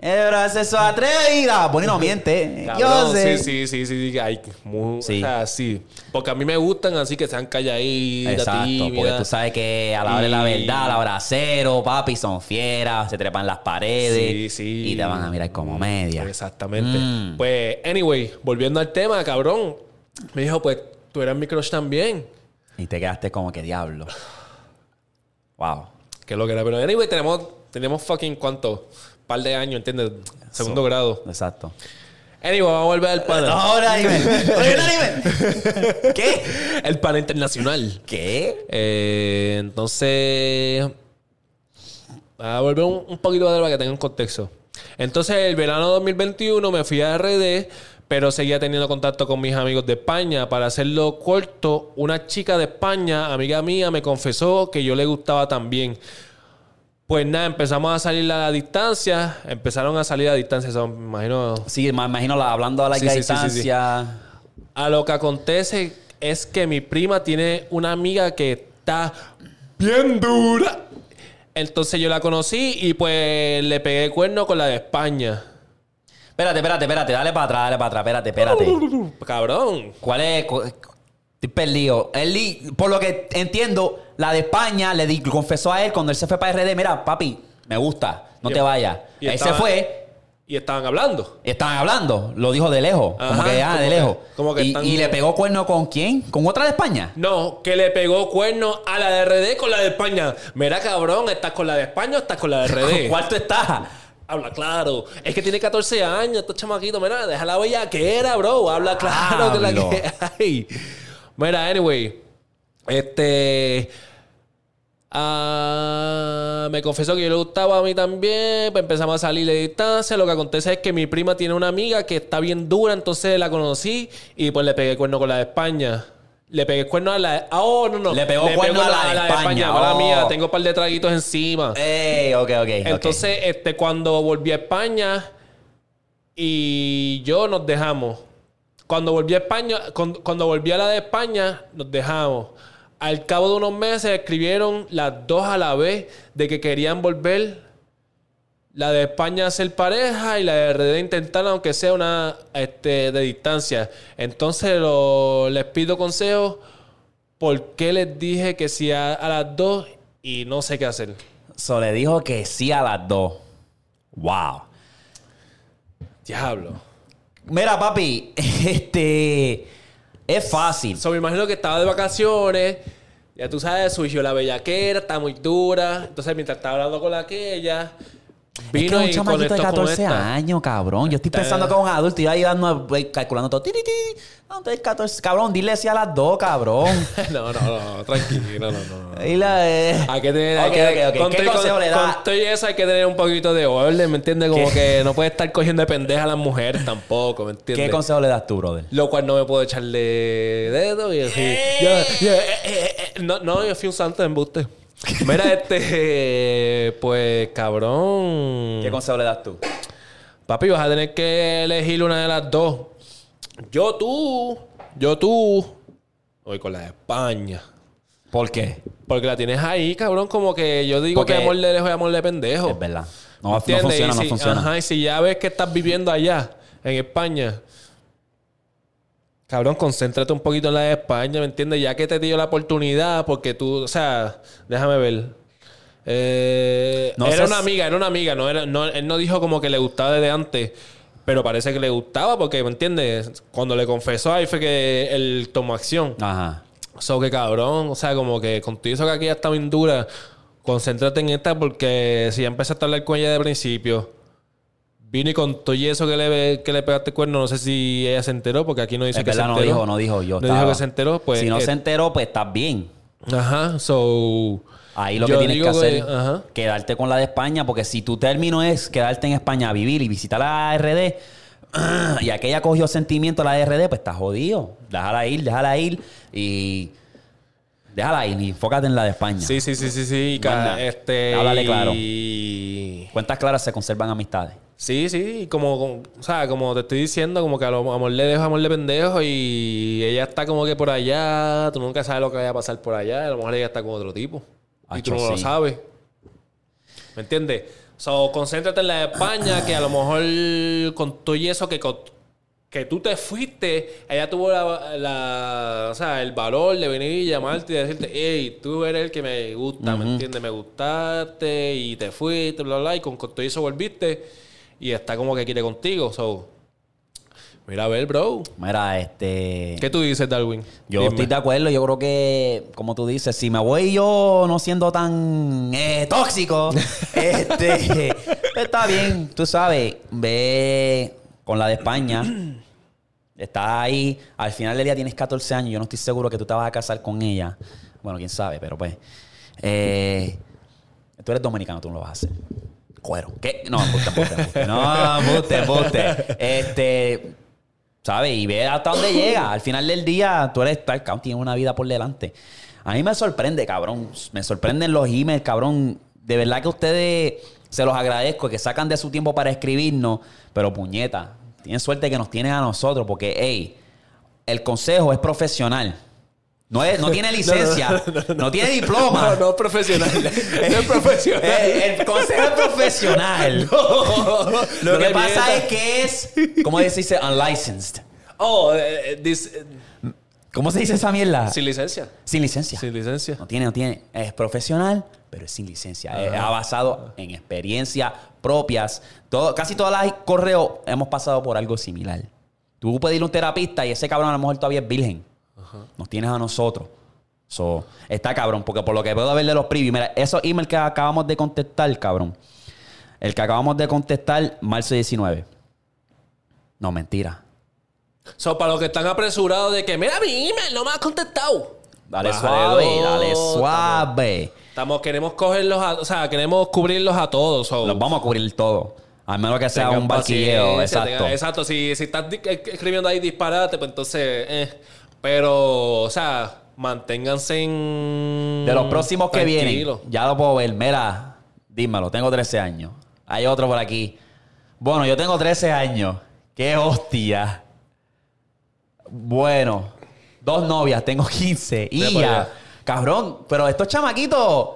Era eso atrevida. Bueno, no miente. eh. Yo Cabrón, sé. sí, sí, sí, sí, sí, ay, muy- Sí. o sea, sí. Porque a mí me gustan así que sean calladitas, Exacto, porque tímidas. tú sabes que a la hora de la Y- verdad, a la hora cero, papi, son fieras, se trepan las paredes Sí, sí. y te van a mirar como media. Exactamente. Mm. Pues, anyway, volviendo al tema, cabrón. Me dijo, pues, tú eras mi crush también. Y te quedaste como que diablo. Wow. Que es lo que era. Pero, anyway, tenemos, tenemos fucking cuánto. Par de años, ¿entiendes? Segundo grado. Exacto. Anyway, vamos a *laughs* volver al pana. Ahora dime. Oye, dime. *laughs* ¿Qué? El pana internacional. ¿Qué? Eh, entonces, a volver un, un poquito atrás para que tenga un contexto. Entonces, el verano 2021 me fui a RD, pero seguía teniendo contacto con mis amigos de España. Para hacerlo corto, una chica de España, amiga mía, me confesó que yo le gustaba también. Pues nada, empezamos a salir a la distancia. Empezaron a salir a distancia, eso me imagino Sí, me imagino la- hablando a la Sí, sí, sí, sí, sí. distancia. A lo que acontece es que mi prima tiene una amiga que está bien dura. Entonces yo la conocí y pues le pegué el cuerno con la de España. *laughs* Espérate, espérate, espérate. Dale para atrás, dale para atrás. Espérate, espérate. Cabrón. ¿Cuál es? Cu- Estoy perdido. Él, li- por lo que entiendo, la de España le di- confesó a él cuando él se fue para RD. Mira, papi, me gusta. No Y- te vayas. y Él estaba- se fue. Y estaban hablando. Estaban hablando, lo dijo de lejos, como Ajá, que ah, como de que- lejos. como que y, están- y le pegó cuerno con quién? ¿Con otra de España? No, que le pegó cuerno a la de RD con la de España. Mira, cabrón, ¿estás con la de España o estás con la de ¿Con *laughs* RD? cuál tú estás? Habla claro. Es que tiene 14 años, estos chamaquitos. Mira, deja la bellaquera, bro. Habla claro que la Hablo. que hay. Mira, anyway. Este. ah, me confesó que yo le gustaba a mí también. Pues empezamos a salir de distancia. Lo que acontece es que mi prima tiene una amiga que está bien dura, entonces la conocí y pues le pegué el cuerno con la de España. Le pegué el cuerno a la. ah, Oh, no, no. Le pegó cuerno a la de España. Mala Oh. mía, tengo un par de traguitos encima. Ey, ok, ok. Entonces, este, cuando volví a España y yo nos dejamos. Cuando volví a España, cuando, cuando volví a la de España, nos dejamos. Al cabo de unos meses escribieron las dos a la vez de que querían volver la de España a ser pareja y la de RD intentar, aunque sea una este, de distancia. Entonces lo- les pido consejos. ¿Por qué les dije que sí a, a las dos y no sé qué hacer? So le dijo que sí a las dos. Wow. Diablo. Mira, papi, *laughs* este. Es fácil. So, me imagino que estaba de vacaciones. Ya tú sabes, surgió la bellaquera, está muy dura. Entonces, mientras estaba hablando con la aquella, Es que vino es un y chamaquito conectó de con 14 esta. años, cabrón. Yo estoy pensando que es un adulto y yo ahí dando, eh, calculando todo. Tiri, tiri. No, entonces 14. Cabrón, dile sí a las dos, *laughs* cabrón. *laughs* No, no, no, tranquilo, no, no. no. Y la eh, Hay que tener. Ok, hay que, ok, ok. con ¿Qué todo y- consejo con- le da? con todo y eso hay que tener un poquito de orden, ¿me entiendes? Como ¿Qué? que no puede estar cogiendo de pendeja a las mujeres tampoco, ¿me ¿Qué entiendes? consejo le das tú, brother? Lo cual no me puedo echarle dedo y decir. yo- yo- eh, eh, eh, No, no, yo fui un santo *laughs* de embuste. Mira, este. eh, Pues, cabrón. ¿Qué consejo le das tú? Papi, vas a tener que elegir una de las dos. Yo tú. Yo tú. Voy con la de España. ¿Por qué? Porque la tienes ahí, cabrón. Como que yo digo que Porque- amor de lejos y amor de pendejo. Es verdad. No, no ¿Entiendes? funciona, Y no si- funciona. Ajá, y si ya ves que estás viviendo allá, en España. Cabrón, concéntrate un poquito en la de España, ¿me entiendes? Ya que te dio la oportunidad, porque tú, o sea, déjame ver. Eh, No era seas- una amiga, era una amiga, no era, no, él no dijo como que le gustaba desde antes, pero parece que le gustaba porque, ¿me entiendes? Cuando le confesó ahí fue que él tomó acción. Ajá. So que cabrón, o sea, como que contigo eso que aquí ya está bien dura, concéntrate en esta porque si ya empezaste a hablar con ella de principio, vino y con todo y eso que le, que le pegaste el cuerno, no sé si ella se enteró, porque aquí no dice Es que se verdad, no enteró. dijo, no dijo yo. No estaba- dijo que se enteró, pues. Si no eh, se enteró, pues estás bien. Ajá, so. Ahí lo yo que tienes que digo hacer ajá. quedarte con la de España, porque si tu término es quedarte en España a vivir y visitar la RD, *clears throat* y aquella cogió sentimiento a la RD, pues estás jodido. Déjala ir, déjala ir y. Déjala ir y enfócate en la de España. Sí, sí, sí, sí, sí. Manda. ca- Este. Háblale claro. y- Cuentas claras se conservan amistades. Sí, sí, y como, como- o sea, como te estoy diciendo, como que a lo amor le dejo, amor le pendejo, y ella está como que por allá, tú nunca sabes lo que vaya a pasar por allá, a lo mejor ella está con otro tipo, y Acho, tú no lo sí. sabes. ¿Me entiendes? So, concéntrate en la de España, que a lo mejor con todo y eso que, con- que tú te fuiste, ella tuvo la, la- o sea, el valor de venir y llamarte y decirte, hey, tú eres el que me gusta, ¿me entiendes? Me gustaste y te fuiste, bla, bla, y con, con todo y eso volviste y está como que quiere contigo. So, mira, a ver, bro. Mira, este. ¿Qué tú dices, Darwin? Yo Dime. estoy de acuerdo, yo creo que, como tú dices, si me voy yo no siendo tan eh, tóxico, este, está bien, tú sabes, ve con la de España, estás ahí, al final del día tienes 14 años, yo no estoy seguro que tú te vas a casar con ella, bueno, quién sabe, pero pues, eh, tú eres dominicano, tú no lo vas a hacer. Cuero. ¿Qué? No, embuste, embuste, embuste. No, embuste, embuste. Este, ¿sabes? Y ve hasta dónde llega. Al final del día, tú eres Stark County, tienes una vida por delante. A mí me sorprende, cabrón. Me sorprenden los emails, cabrón. De verdad que ustedes se los agradezco, que sacan de su tiempo para escribirnos, pero puñeta, tienen suerte que nos tienen a nosotros, porque, hey, el consejo es profesional. No, es, *laughs* no tiene licencia, no, tiene diploma. *laughs* No, no, profesional. *laughs* no es profesional. *laughs* El, el consejo es *laughs* profesional. Lo que No le pasa mientas. es que es, ¿cómo se dice? Unlicensed. Oh, eh, eh, dis- eh, ¿Cómo se dice esa mierda? sin licencia. Sin licencia. Sin licencia. No tiene, no tiene. Es profesional, pero es sin licencia. Es- Ha basado en experiencias propias. Todo, casi todas las correos hemos pasado por algo similar. Tú pedirle a un terapista y ese cabrón a lo mejor todavía es virgen. Nos tienes a nosotros. So, está cabrón, porque por lo que puedo ver de los previews, mira, esos emails que acabamos de contestar, cabrón. El que acabamos de contestar, marzo 19. No, mentira. So, para los que están apresurados de que, mira mi email, no me has contestado. Dale Bájale suave, dos, dale estamos- suave. Estamos, queremos cogerlos, a- o sea, queremos cubrirlos a todos. so. Los vamos a cubrir todo. Al menos que sea Tengan un barquilleo, paciencia, exacto. tengan- exacto, si, si estás di- eh, escribiendo ahí disparate, pues entonces. eh. Pero, o sea, manténganse en. De los próximos que tranquilos. vienen, ya lo puedo ver. Mira, dímelo, tengo 13 años. Hay otro por aquí. Bueno, yo tengo 13 años. ¡Qué hostia! Bueno, dos novias, tengo 15. Ve Y para ya. allá. Cabrón, pero estos chamaquitos.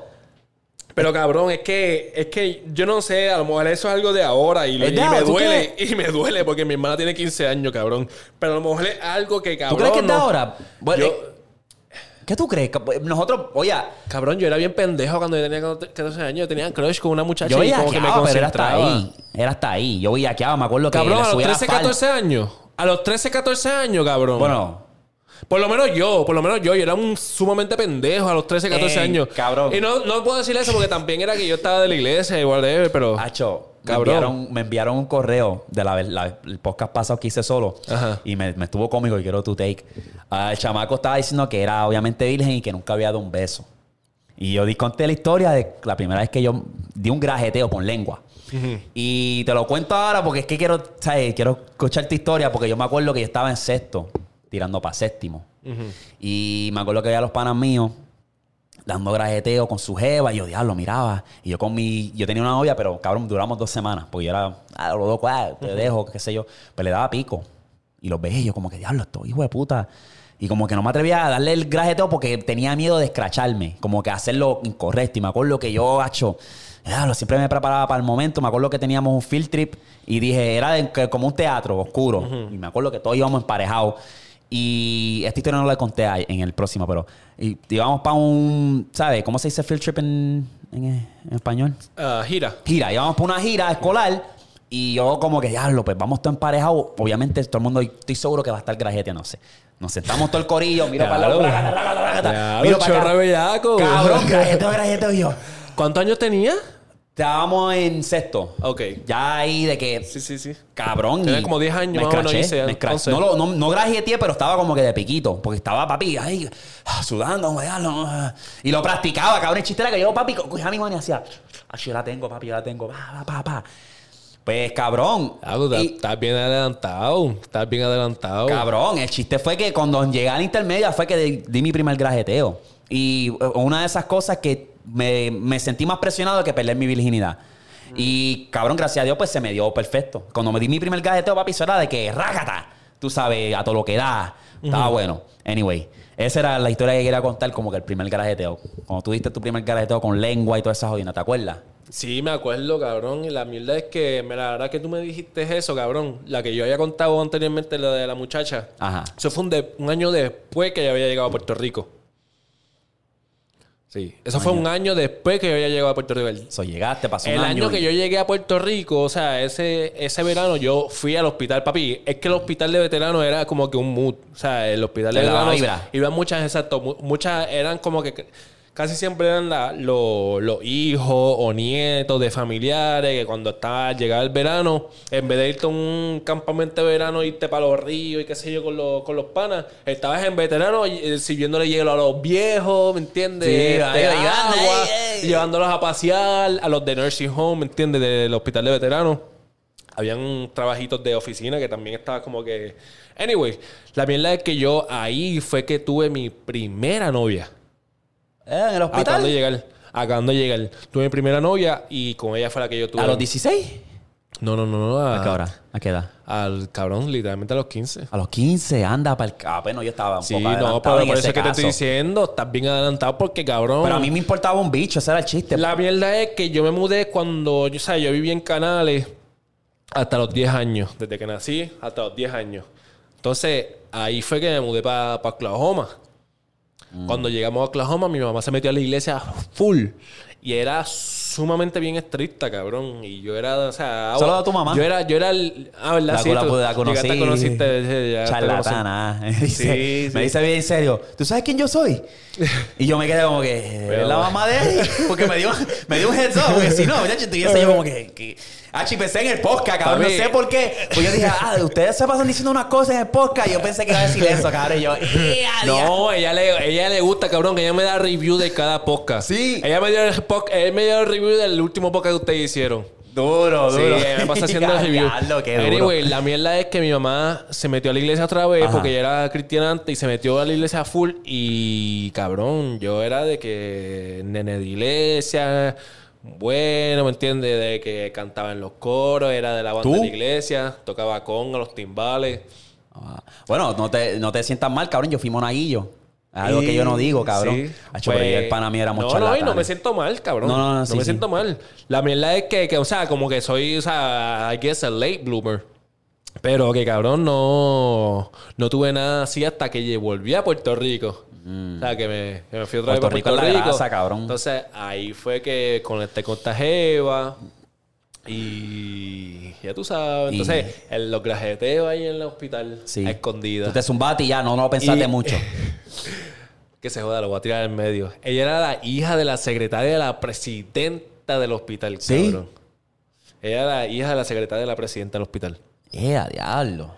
Pero cabrón, es que, es que yo no sé, a lo mejor eso es algo de ahora y, Es de y ahora, me ¿tú duele, y me duele porque mi hermana tiene 15 años, cabrón. Pero a lo mejor es algo que, ¿Tú cabrón. crees que es de no- ahora? Bueno, Yo- eh, ¿Qué tú crees? pues, Nosotros, oye, Cabrón, yo era bien pendejo cuando yo tenía 14 años. Yo tenía crush con una muchacha yo y como que me viaqueaba, pero era hasta concentraba. ahí. Era hasta ahí. Yo viaqueaba, me acuerdo que Cabrón, le a los subía la 13, falda. 14 años. A los 13, 14 años, cabrón. Bueno, Por lo menos yo, por lo menos yo. Yo era un sumamente pendejo a los 13, 14 Ey, años. cabrón. Y no, no puedo decir eso porque también era que yo estaba de la iglesia y whatever, pero... Ah, Hacho, me Cabrón. enviaron, me enviaron un correo de la, la- el podcast pasado que hice solo Ajá. y me, me estuvo cómico y quiero tu take. Ah, el chamaco estaba diciendo que era obviamente virgen y que nunca había dado un beso. Y yo di- conté la historia de la primera vez que yo di un grajeteo con lengua. Y te lo cuento ahora porque es que quiero, ¿sabes? quiero escuchar tu historia porque yo me acuerdo que yo estaba en sexto, tirando para séptimo. Y me acuerdo que veía a los panas míos dando grajeteo con su jeva. Y yo, diablo, miraba. Y yo con mi... Yo tenía una novia, pero cabrón, duramos dos semanas. Porque yo era, ah, lo loco, ah, te dejo, qué sé yo. Pero le daba pico. Y los veía y yo como que, diablo, esto, hijo de puta. Y como que no me atrevía a darle el grajeteo porque tenía miedo de escracharme. Como que hacerlo incorrecto. Y me acuerdo que yo, hacho... Diablo, siempre me preparaba para el momento. Me acuerdo que teníamos un field trip y dije, era de- que- como un teatro oscuro. Y me acuerdo que todos íbamos emparejados. Y esta historia no la conté ahí en el próximo, pero y, íbamos para un, ¿sabes? ¿Cómo se dice field trip en, en- eh, en español? Ah, gira. Gira, íbamos para una gira escolar y yo como que, diablo, pues vamos todos emparejados. Obviamente todo el mundo, estoy seguro que va a estar grajete, no sé. Nos sentamos todo el corillo, miro para Claro. la Claro, miro para chorro acá. bellaco. Cabrón, grajeteo, grajeteo y yo. ¿Cuántos años tenía? Estábamos en sexto. Ok. Ya ahí de que Sí, sí, sí. Cabrón. Tenía y como 10 años me más o menos, escraché, hice, me escraché. entonces. No, lo- no, no grajeteé, pero estaba como que de piquito. Porque estaba papi ahí ah, sudando, como diablo, ah. Y lo practicaba, cabrón. El chiste era que yo, papi, co- cogía mi mano y hacía, ah, yo la tengo, papi, yo la tengo. Pa, pa, pa, pa. Pues, cabrón. Ah, tú estás- y- estás bien adelantado. Estás bien adelantado. Cabrón, el chiste fue que cuando llegué a la intermedia fue que di, di mi primer grajeteo. Y eh, una de esas cosas que me, me sentí más presionado que perder mi virginidad. Y cabrón, gracias a Dios, pues se me dio perfecto. Cuando me di mi primer grajeteo, papi, eso era de que rácata. Tú sabes, a todo lo que da. Estaba bueno. Anyway, esa era la historia que quería contar, como que el primer grajeteo. Cuando tú diste tu primer grajeteo con lengua y todas esas jodinas, ¿te acuerdas? Sí, me acuerdo, cabrón. Y la mierda es que, mira, la verdad que tú me dijiste eso, cabrón. La que yo había contado anteriormente, la de la muchacha. Ajá. Eso fue un, de- un año después que yo había llegado a Puerto Rico. Sí. Eso fue un año después que yo había llegado a Puerto Rico. El, Eso llegaste, pasó el un año, año. Eh, que y- yo llegué a Puerto Rico, o sea, ese, ese verano yo fui al hospital, papi. Es que el hospital de veteranos era como que un mood. O sea, el hospital de Te daba veteranos vibra. iban muchas, exacto, mu- muchas eran como que casi siempre eran la- lo- los hijos o nietos de familiares que cuando estaba llegaba el verano, en vez de irte a un campamento de verano, irte para los ríos y qué sé yo con los, con los panas, estabas en veterano y- eh, sirviéndole hielo a los viejos, ¿me entiendes? Sí, Este, ahí, ahí, agua, ahí, ahí. llevándolos a pasear a los de nursing home, ¿me entiendes? Del hospital de veteranos. Habían trabajitos de oficina que también estaba como que... Anyway, la mierda es que yo ahí fue que tuve mi primera novia. Eh, en el Acabando de hospital. llegar. Acabando de llegar. Tuve mi primera novia y con ella fue la que yo tuve... ¿A los 16? No, no, no, no. ¿A qué A, hora? ¿A qué edad? al cabrón, literalmente a los 15. A los 15, anda para el... Ah, bueno, yo estaba un Sí, poco no, adelantado pero en por eso ese es que te caso. estoy diciendo, estás bien adelantado porque cabrón... Pero a mí me importaba un bicho, ese era el chiste. La mierda es que yo me mudé cuando, yo, sabes, yo viví en Canales hasta los 10 años, desde que nací hasta los 10 años. Entonces, ahí fue que me mudé para Oklahoma. Mm. Cuando llegamos a Oklahoma, mi mamá se metió a la iglesia full. Y era sumamente bien estricta, cabrón. Y yo era, o sea... Saluda a tu mamá. Yo era, yo era el... Ah, ¿verdad? La, Sí, la, tú- la conocí. llegaste a conociste, sí, ya te charlatana. *laughs* Me Sí, dice, sí. me dice bien en serio, ¿tú sabes quién yo soy? Y yo me quedé como que, Pero- ¿es la mamá de él? Porque me dio, me dio un heads up. Porque si no, ya estuviese yo como que... que... Ah, chi, pensé en el podcast, cabrón. Papi. No sé por qué. Pues yo dije, ah, ustedes se pasan diciendo unas cosas en el podcast. Y yo pensé que iba a decir eso, cabrón. Y yo, "Eh, adiós". No, ella le, ella le gusta, cabrón. Ella me da review de cada podcast. Sí. Ella me dio el, po- él me dio el review del último podcast que ustedes hicieron. Duro, Sí, Oh, duro. ella me *laughs* pasa *laughs* haciendo el review. Diablo, qué duro. Anyway, la mierda es que mi mamá se metió a la iglesia otra vez Ajá. porque ella era cristiana antes y se metió a la iglesia full. Y cabrón, yo era de que nene de iglesia. Bueno, ¿me entiendes? De que cantaba en los coros, era de la banda ¿Tú? de la iglesia, tocaba con los timbales. Ah, Bueno, no te, no te sientas mal, cabrón. Yo fui monaguillo. Algo que yo no digo, cabrón. Sí. Pues, Hacho, pero yo el pana mío era muy No, no, y charlatán. no me siento mal, cabrón. No, No, no, no, sí, me sí. siento mal. La mierda es que, que, o sea, como que soy, o sea, I guess a late bloomer. Pero que, cabrón, no, no tuve nada así hasta que volví a Puerto Rico. O sea, que me, que me fui otra Mm. Puerto vez para Rico Puerto es la Rico. grasa, cabrón. Entonces, ahí fue que conecté con esta jeva y... Ya tú sabes. Y- Entonces, en los grajeteos ahí en el hospital, Sí. a escondidas. Tú te zumbaste y ya, no, no pensaste Y- *laughs* mucho. Que se joda, lo voy a tirar en medio. Ella era la hija de la secretaria de la presidenta del hospital, ¿Sí? cabrón. Ella era la hija de la secretaria de la presidenta del hospital. ¡Ea, Eh, diablo!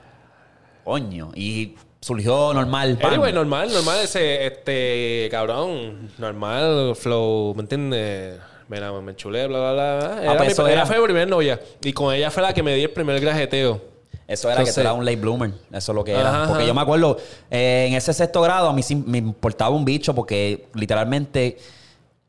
Coño. Y surgió normal. pan. Anyway, normal, normal ese, este, cabrón, normal, flow, ¿me entiendes? Me la me enchulé, bla, bla, bla. Era, pues mi- eso ella era. fue mi primer novia. Y con ella fue la que me di el primer grajeteo. Eso era que Entonces- tú eras un late bloomer. Eso es lo que Ajá, era. ajá. Porque yo me acuerdo, eh, en ese sexto grado a mí sí me importaba un bicho porque literalmente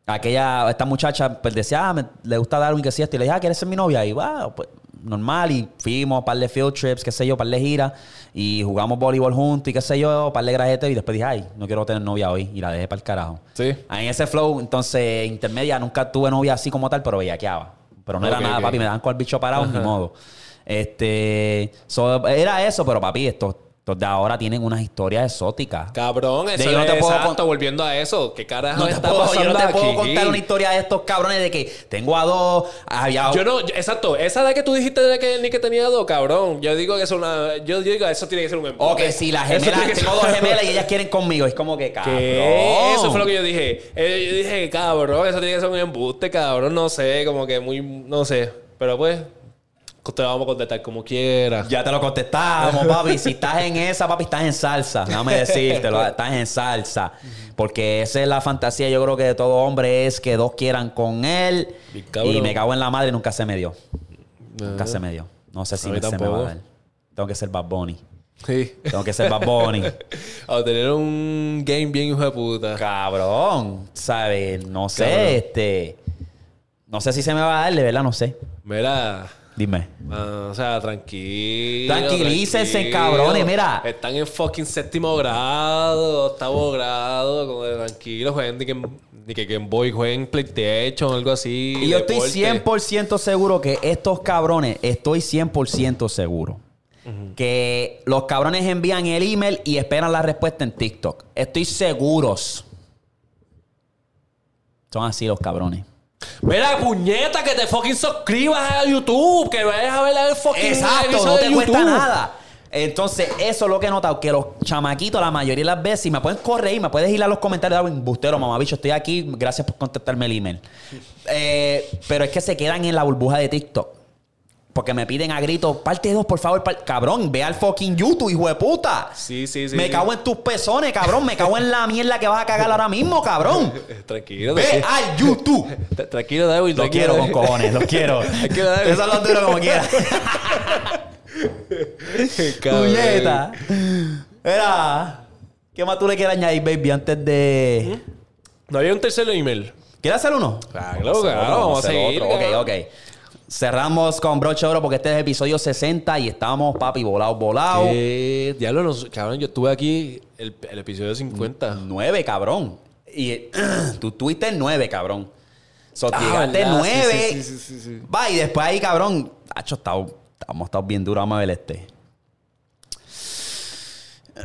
aquella, esta muchacha pues, decía, ah, me- le gusta Darwin, que sí, esto. Y le dije, ah, ¿quieres ser mi novia? Y wow, pues normal. Y fuimos a par de field trips, qué sé yo, par de giras. Y jugamos voleibol juntos y qué sé yo, par de grajetes. Y después dije, ay, no quiero tener novia hoy. Y la dejé para el carajo. Sí. Ah, En ese flow, entonces, intermedia, nunca tuve novia así como tal, pero bellaqueaba. Pero no era Ok, nada, ok. papi, me daban con el bicho parado, ni modo. Este, so, era eso, pero papi, estos, estos de ahora tienen unas historias exóticas. Cabrón, eso yo no es te puedo exacto, con- volviendo a eso. ¿Qué carajo No te está puedo, yo pasando no te puedo aquí? contar una historia de estos cabrones de que tengo a dos, había Yo no, yo- exacto, esa edad que tú dijiste de que ni que tenía dos, cabrón. Yo digo que eso una, yo digo eso tiene que ser un em-, embuste. O que si las Eso gemelas, tiene que tengo ser- dos gemelas y ellas quieren conmigo. Es como que cabrón. ¿Qué? Eso fue lo que yo dije. Eh, Yo dije, cabrón, eso tiene que ser un embuste, cabrón. No sé, como que muy, no sé. Pero pues, te vamos a contestar como quiera. Ya te lo *laughs* contestamos, papi. Si estás en esa, papi, estás en salsa. Déjame *laughs* decírtelo, estás en salsa. Porque esa es la fantasía, yo creo que de todo hombre es que dos quieran con él. Mi cabrón. Y me cago en la madre, nunca se me dio. Nunca *laughs* se me dio. No sé si A mí me, se me va a tampoco. dar. Tengo que ser Bad Bunny. Sí. Tengo que ser Bad *laughs* Bunny. O tener un game bien hijo de puta. Cabrón, ¿sabes? No sé, Cabrón. este. No sé si se me va a dar, de verdad, no sé. Mira. Dime. Ah, o sea, tranquilo. Tranquilícense, tranquilo. cabrones, mira. Están en fucking séptimo grado, octavo grado, como de tranquilo, jueguen ni que, ni que Game Boy, jueguen PlayStation, algo así. Y yo estoy deporte. 100% seguro que estos cabrones, estoy 100% seguro. Que los cabrones envían el email y esperan la respuesta en TikTok. Estoy seguros. Son así los cabrones. Mira, puñeta, que te fucking suscribas a YouTube, que vayas a ver el fucking Exacto, episodio no de te cuesta YouTube. nada. Entonces, eso es lo que he notado, que los chamaquitos, la mayoría de las veces, y me pueden correr y me puedes ir a los comentarios, Darwin, bustero, mamabicho, estoy aquí, gracias por contestarme el email. Eh, pero es que se quedan en la burbuja de TikTok. Porque me piden a grito, parte 2, por favor, par-". cabrón, ve al fucking YouTube, hijo de puta. Sí, sí, sí. me cago en tus pezones, cabrón, me cago en la mierda que vas a cagar ahora mismo, *laughs* cabrón. Eh, Tranquilo, Ve tranquilo. al YouTube. Tra- Tranquilo, David. Lo quiero *laughs* con cojones, lo quiero. quiero, Darwin. Eso lo duro como quiera. Puñeta. Era. ¿Qué más tú le quieres añadir, baby, antes de. No había un tercer email. ¿Quieres hacer uno? Claro, Vamos a hacer claro, otro, vamos a hacer seguir, otro. claro. Ok, ok. Cerramos con broche de oro porque este es el episodio 60 y estamos, papi, volados, volados. Eh, diablo, nos- cabrón, yo estuve aquí el, el episodio 50. 9, cabrón. Y *clears throat* tú tuviste el 9, cabrón. So, Ah, llegaste el ¿verdad? 9. Sí, sí, sí, sí, sí, sí. Va, y después ahí, cabrón. Hacho, estado- estamos estado bien duros. Vamos a ver este.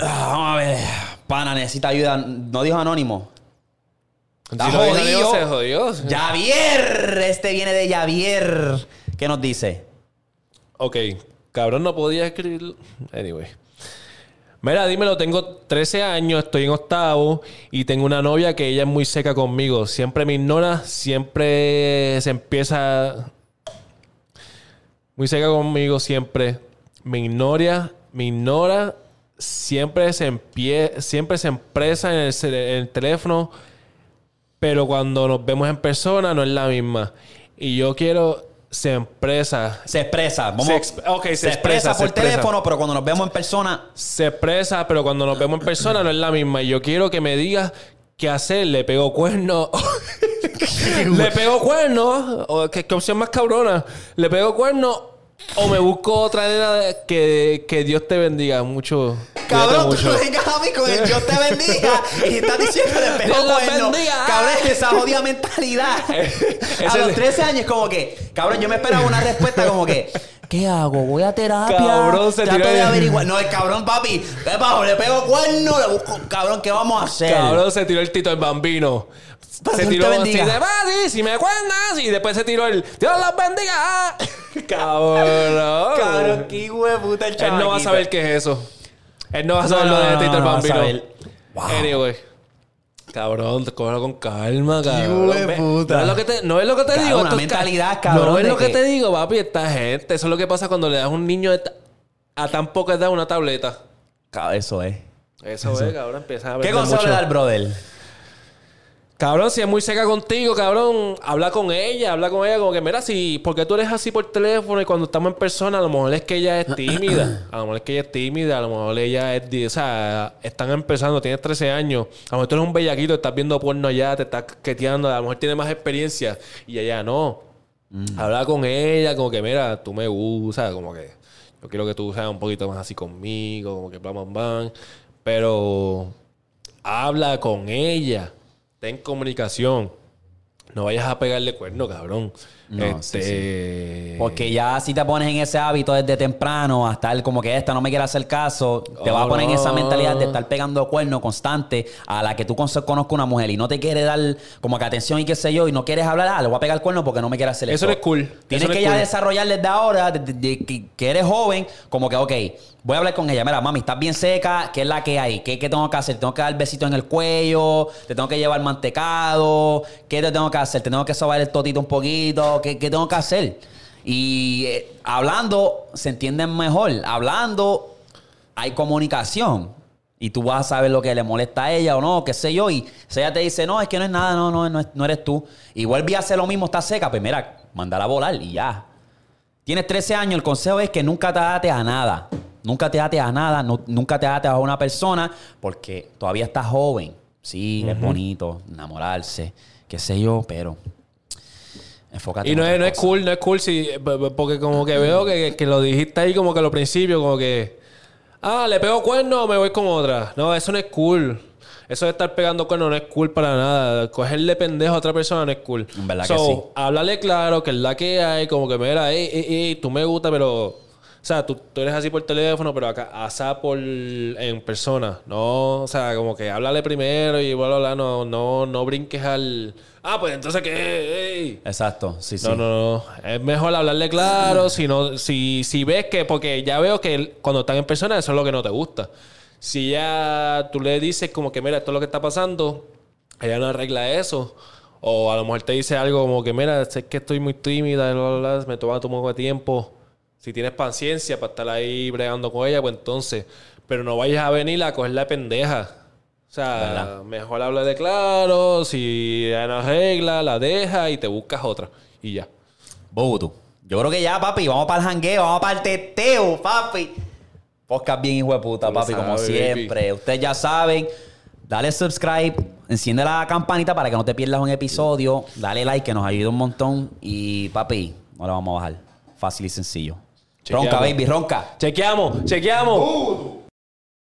Ah, Vamos a ver. Pana, necesita ayuda. No dijo anónimo. Está Si lo dijo jodido. Dios, se jodió. Javier. Este viene de Javier. ¿Qué nos dice? Ok, cabrón, no podía escribir. Anyway. Mira, dímelo, tengo 13 años, estoy en octavo y tengo una novia que ella es muy seca conmigo. Siempre me ignora, siempre se empieza. Muy seca conmigo, siempre. Me ignora, me ignora, siempre se, empie... siempre se empresa en el, cel- en el teléfono, pero cuando nos vemos en persona no es la misma. Y yo quiero se empresa Se expresa. Vamos. Se exp- ok, se expresa, se por expresa. teléfono, pero cuando nos vemos en persona. se expresa, pero cuando nos vemos en persona no es la misma. Y yo quiero que me digas qué hacer. ¿Le *laughs* pegó cuerno? ¿Le pegó cuerno? ¿O qué, qué opción más cabrona? ¿Le pegó cuerno? ¿O me busco otra nena de- que, que Dios te bendiga mucho? Cabrón, tú mucho. no vengas a mí con el Dios te bendiga y estás diciendo de Dios pego los cuerno. bendiga. Cabrón, esa jodida mentalidad. *laughs* es a los el- 13 años, como que, cabrón, yo me esperaba una respuesta como que. ¿Qué hago? Voy a terapia. Cabrón, se Trato tiró de el- averiguar. No, el cabrón, papi. ve bajo, le pego cuerno, le busco. Cabrón, ¿qué vamos a hacer? Cabrón, se tiró el Tito el Bambino. Dios Se te tiró así bendiga. de "Mati, si me cuentas. Y después se tiró el Dios los bendiga. *laughs* Cabrón. Cabrón, qué hijo de puta el Él chaval. no va a saber qué es eso. Él no va a saber No, lo de no, Tito el no va a Bambino. saber. Wow. Anyway. Cabrón, te cógelo con calma, Hijo de cabrón. Ve, puta. No es lo que te, no es lo que te Cabrón, digo. una estos ca- mentalidad, cabrón, No es de lo que, que- te digo, papi. Esta gente. Eso es lo que pasa cuando le das a un niño de ta- a tan poca edad una tableta. Ca- Ah, Eso es. Eso, es, cabrón. Empieza a ¿Qué aprender consejo le Pues mucho. da el brother? Cabrón, si es muy seca contigo, cabrón, habla con ella, habla con ella como que, mira, si, porque tú eres así por teléfono y cuando estamos en persona, a lo mejor es que ella es tímida, a lo mejor es que ella es tímida, a lo mejor ella es, di- o sea, están empezando, tienes 13 años, a lo mejor tú eres un bellaquito, estás viendo porno allá, te estás queteando, a lo mejor tiene más experiencia y ella no. Mm. Habla con ella como que, mira, tú me gustas, como que yo quiero que tú seas un poquito más así conmigo, como que bla, bla, bla, pero habla con ella, ten comunicación. No vayas a pegarle cuerno, cabrón. No, sí, este... Porque ya si te pones en ese hábito desde temprano, a estar como que esta no me quiere hacer caso, te va a Oh, poner en esa no. mentalidad de estar pegando cuerno constante a la que tú con- conozcas una mujer y no te quiere dar como que atención y qué sé yo, y no quieres hablar, ah, le voy a pegar cuerno porque no me quiere hacer Eso esto. no es cool. Tienes Eso no que es ya cool. desarrollar desde ahora, desde que, que eres joven, como que, ok, voy a hablar con ella. Mira, mami, estás bien seca, ¿qué es la que hay? ¿Qué, qué tengo que hacer? ¿Te ¿Tengo que dar besitos en el cuello? ¿Te tengo que llevar mantecado? ¿Qué te tengo que hacer? ¿Te tengo que sobar el totito un poquito? ¿Qué, qué tengo que hacer? Y eh, hablando, se entienden mejor. Hablando, hay comunicación. Y tú vas a saber lo que le molesta a ella o no, qué sé yo. Y si ella te dice, no, es que no es nada, no, no, no, es- no eres tú. Y vuelve a hacer lo mismo, está seca, pues mira, mandala a volar y ya. Tienes 13 años, el consejo es que nunca te ates a nada. Nunca te ates a nada, nu- nunca te ates a una persona porque todavía estás joven. Sí, es bonito enamorarse, qué sé yo, pero enfócate. Y en no otra es, no es cosa. cool, no es cool si, p- p- porque como que veo que, que lo dijiste ahí como que a lo principio, como que, ah, le pego cuerno me voy con otra. No, eso no es cool. Eso de estar pegando cuerno no es cool para nada. Cogerle pendejo a otra persona no es cool. En verdad So, que sí. háblale claro que es la que hay, como que mira, ey, ey, ey, tú me gusta, pero... O sea, tú, tú eres así por teléfono, pero acá, asá por en persona. No, o sea, como que háblale primero y bla, bla, bla. No, no, no brinques al... Ah, pues entonces, ¿qué? Ey. Exacto, sí, sí. No, no, no. Es mejor hablarle claro. Si, no, si, si ves que, porque ya veo que el- cuando están en persona, eso es lo que no te gusta. Si ya tú le dices como que, mira, esto es lo que está pasando, ella no arregla eso. O a lo mejor te dice algo como que, mira, sé que estoy muy tímida, bla, bla, bla, me toma tu poco de tiempo. Si tienes paciencia para estar ahí bregando con ella, pues entonces. Pero no vayas a venir a coger la pendeja. O sea, ¿Verdad? mejor habla de claro, si ella no arregla, la deja y te buscas otra. Y ya. Bogutu. Yo creo que ya, papi, vamos para el jangueo, vamos para el teteo, papi. Podcast bien hijo de puta, Tú lo papi, como sabes, siempre. Ustedes ya saben. Dale subscribe, enciende la campanita para que no te pierdas un episodio. Dale like, que nos ayuda un montón. Y, papi, no la vamos a bajar. Fácil y sencillo. Chequeamos. Ronca, baby, ronca. Chequeamos, chequeamos.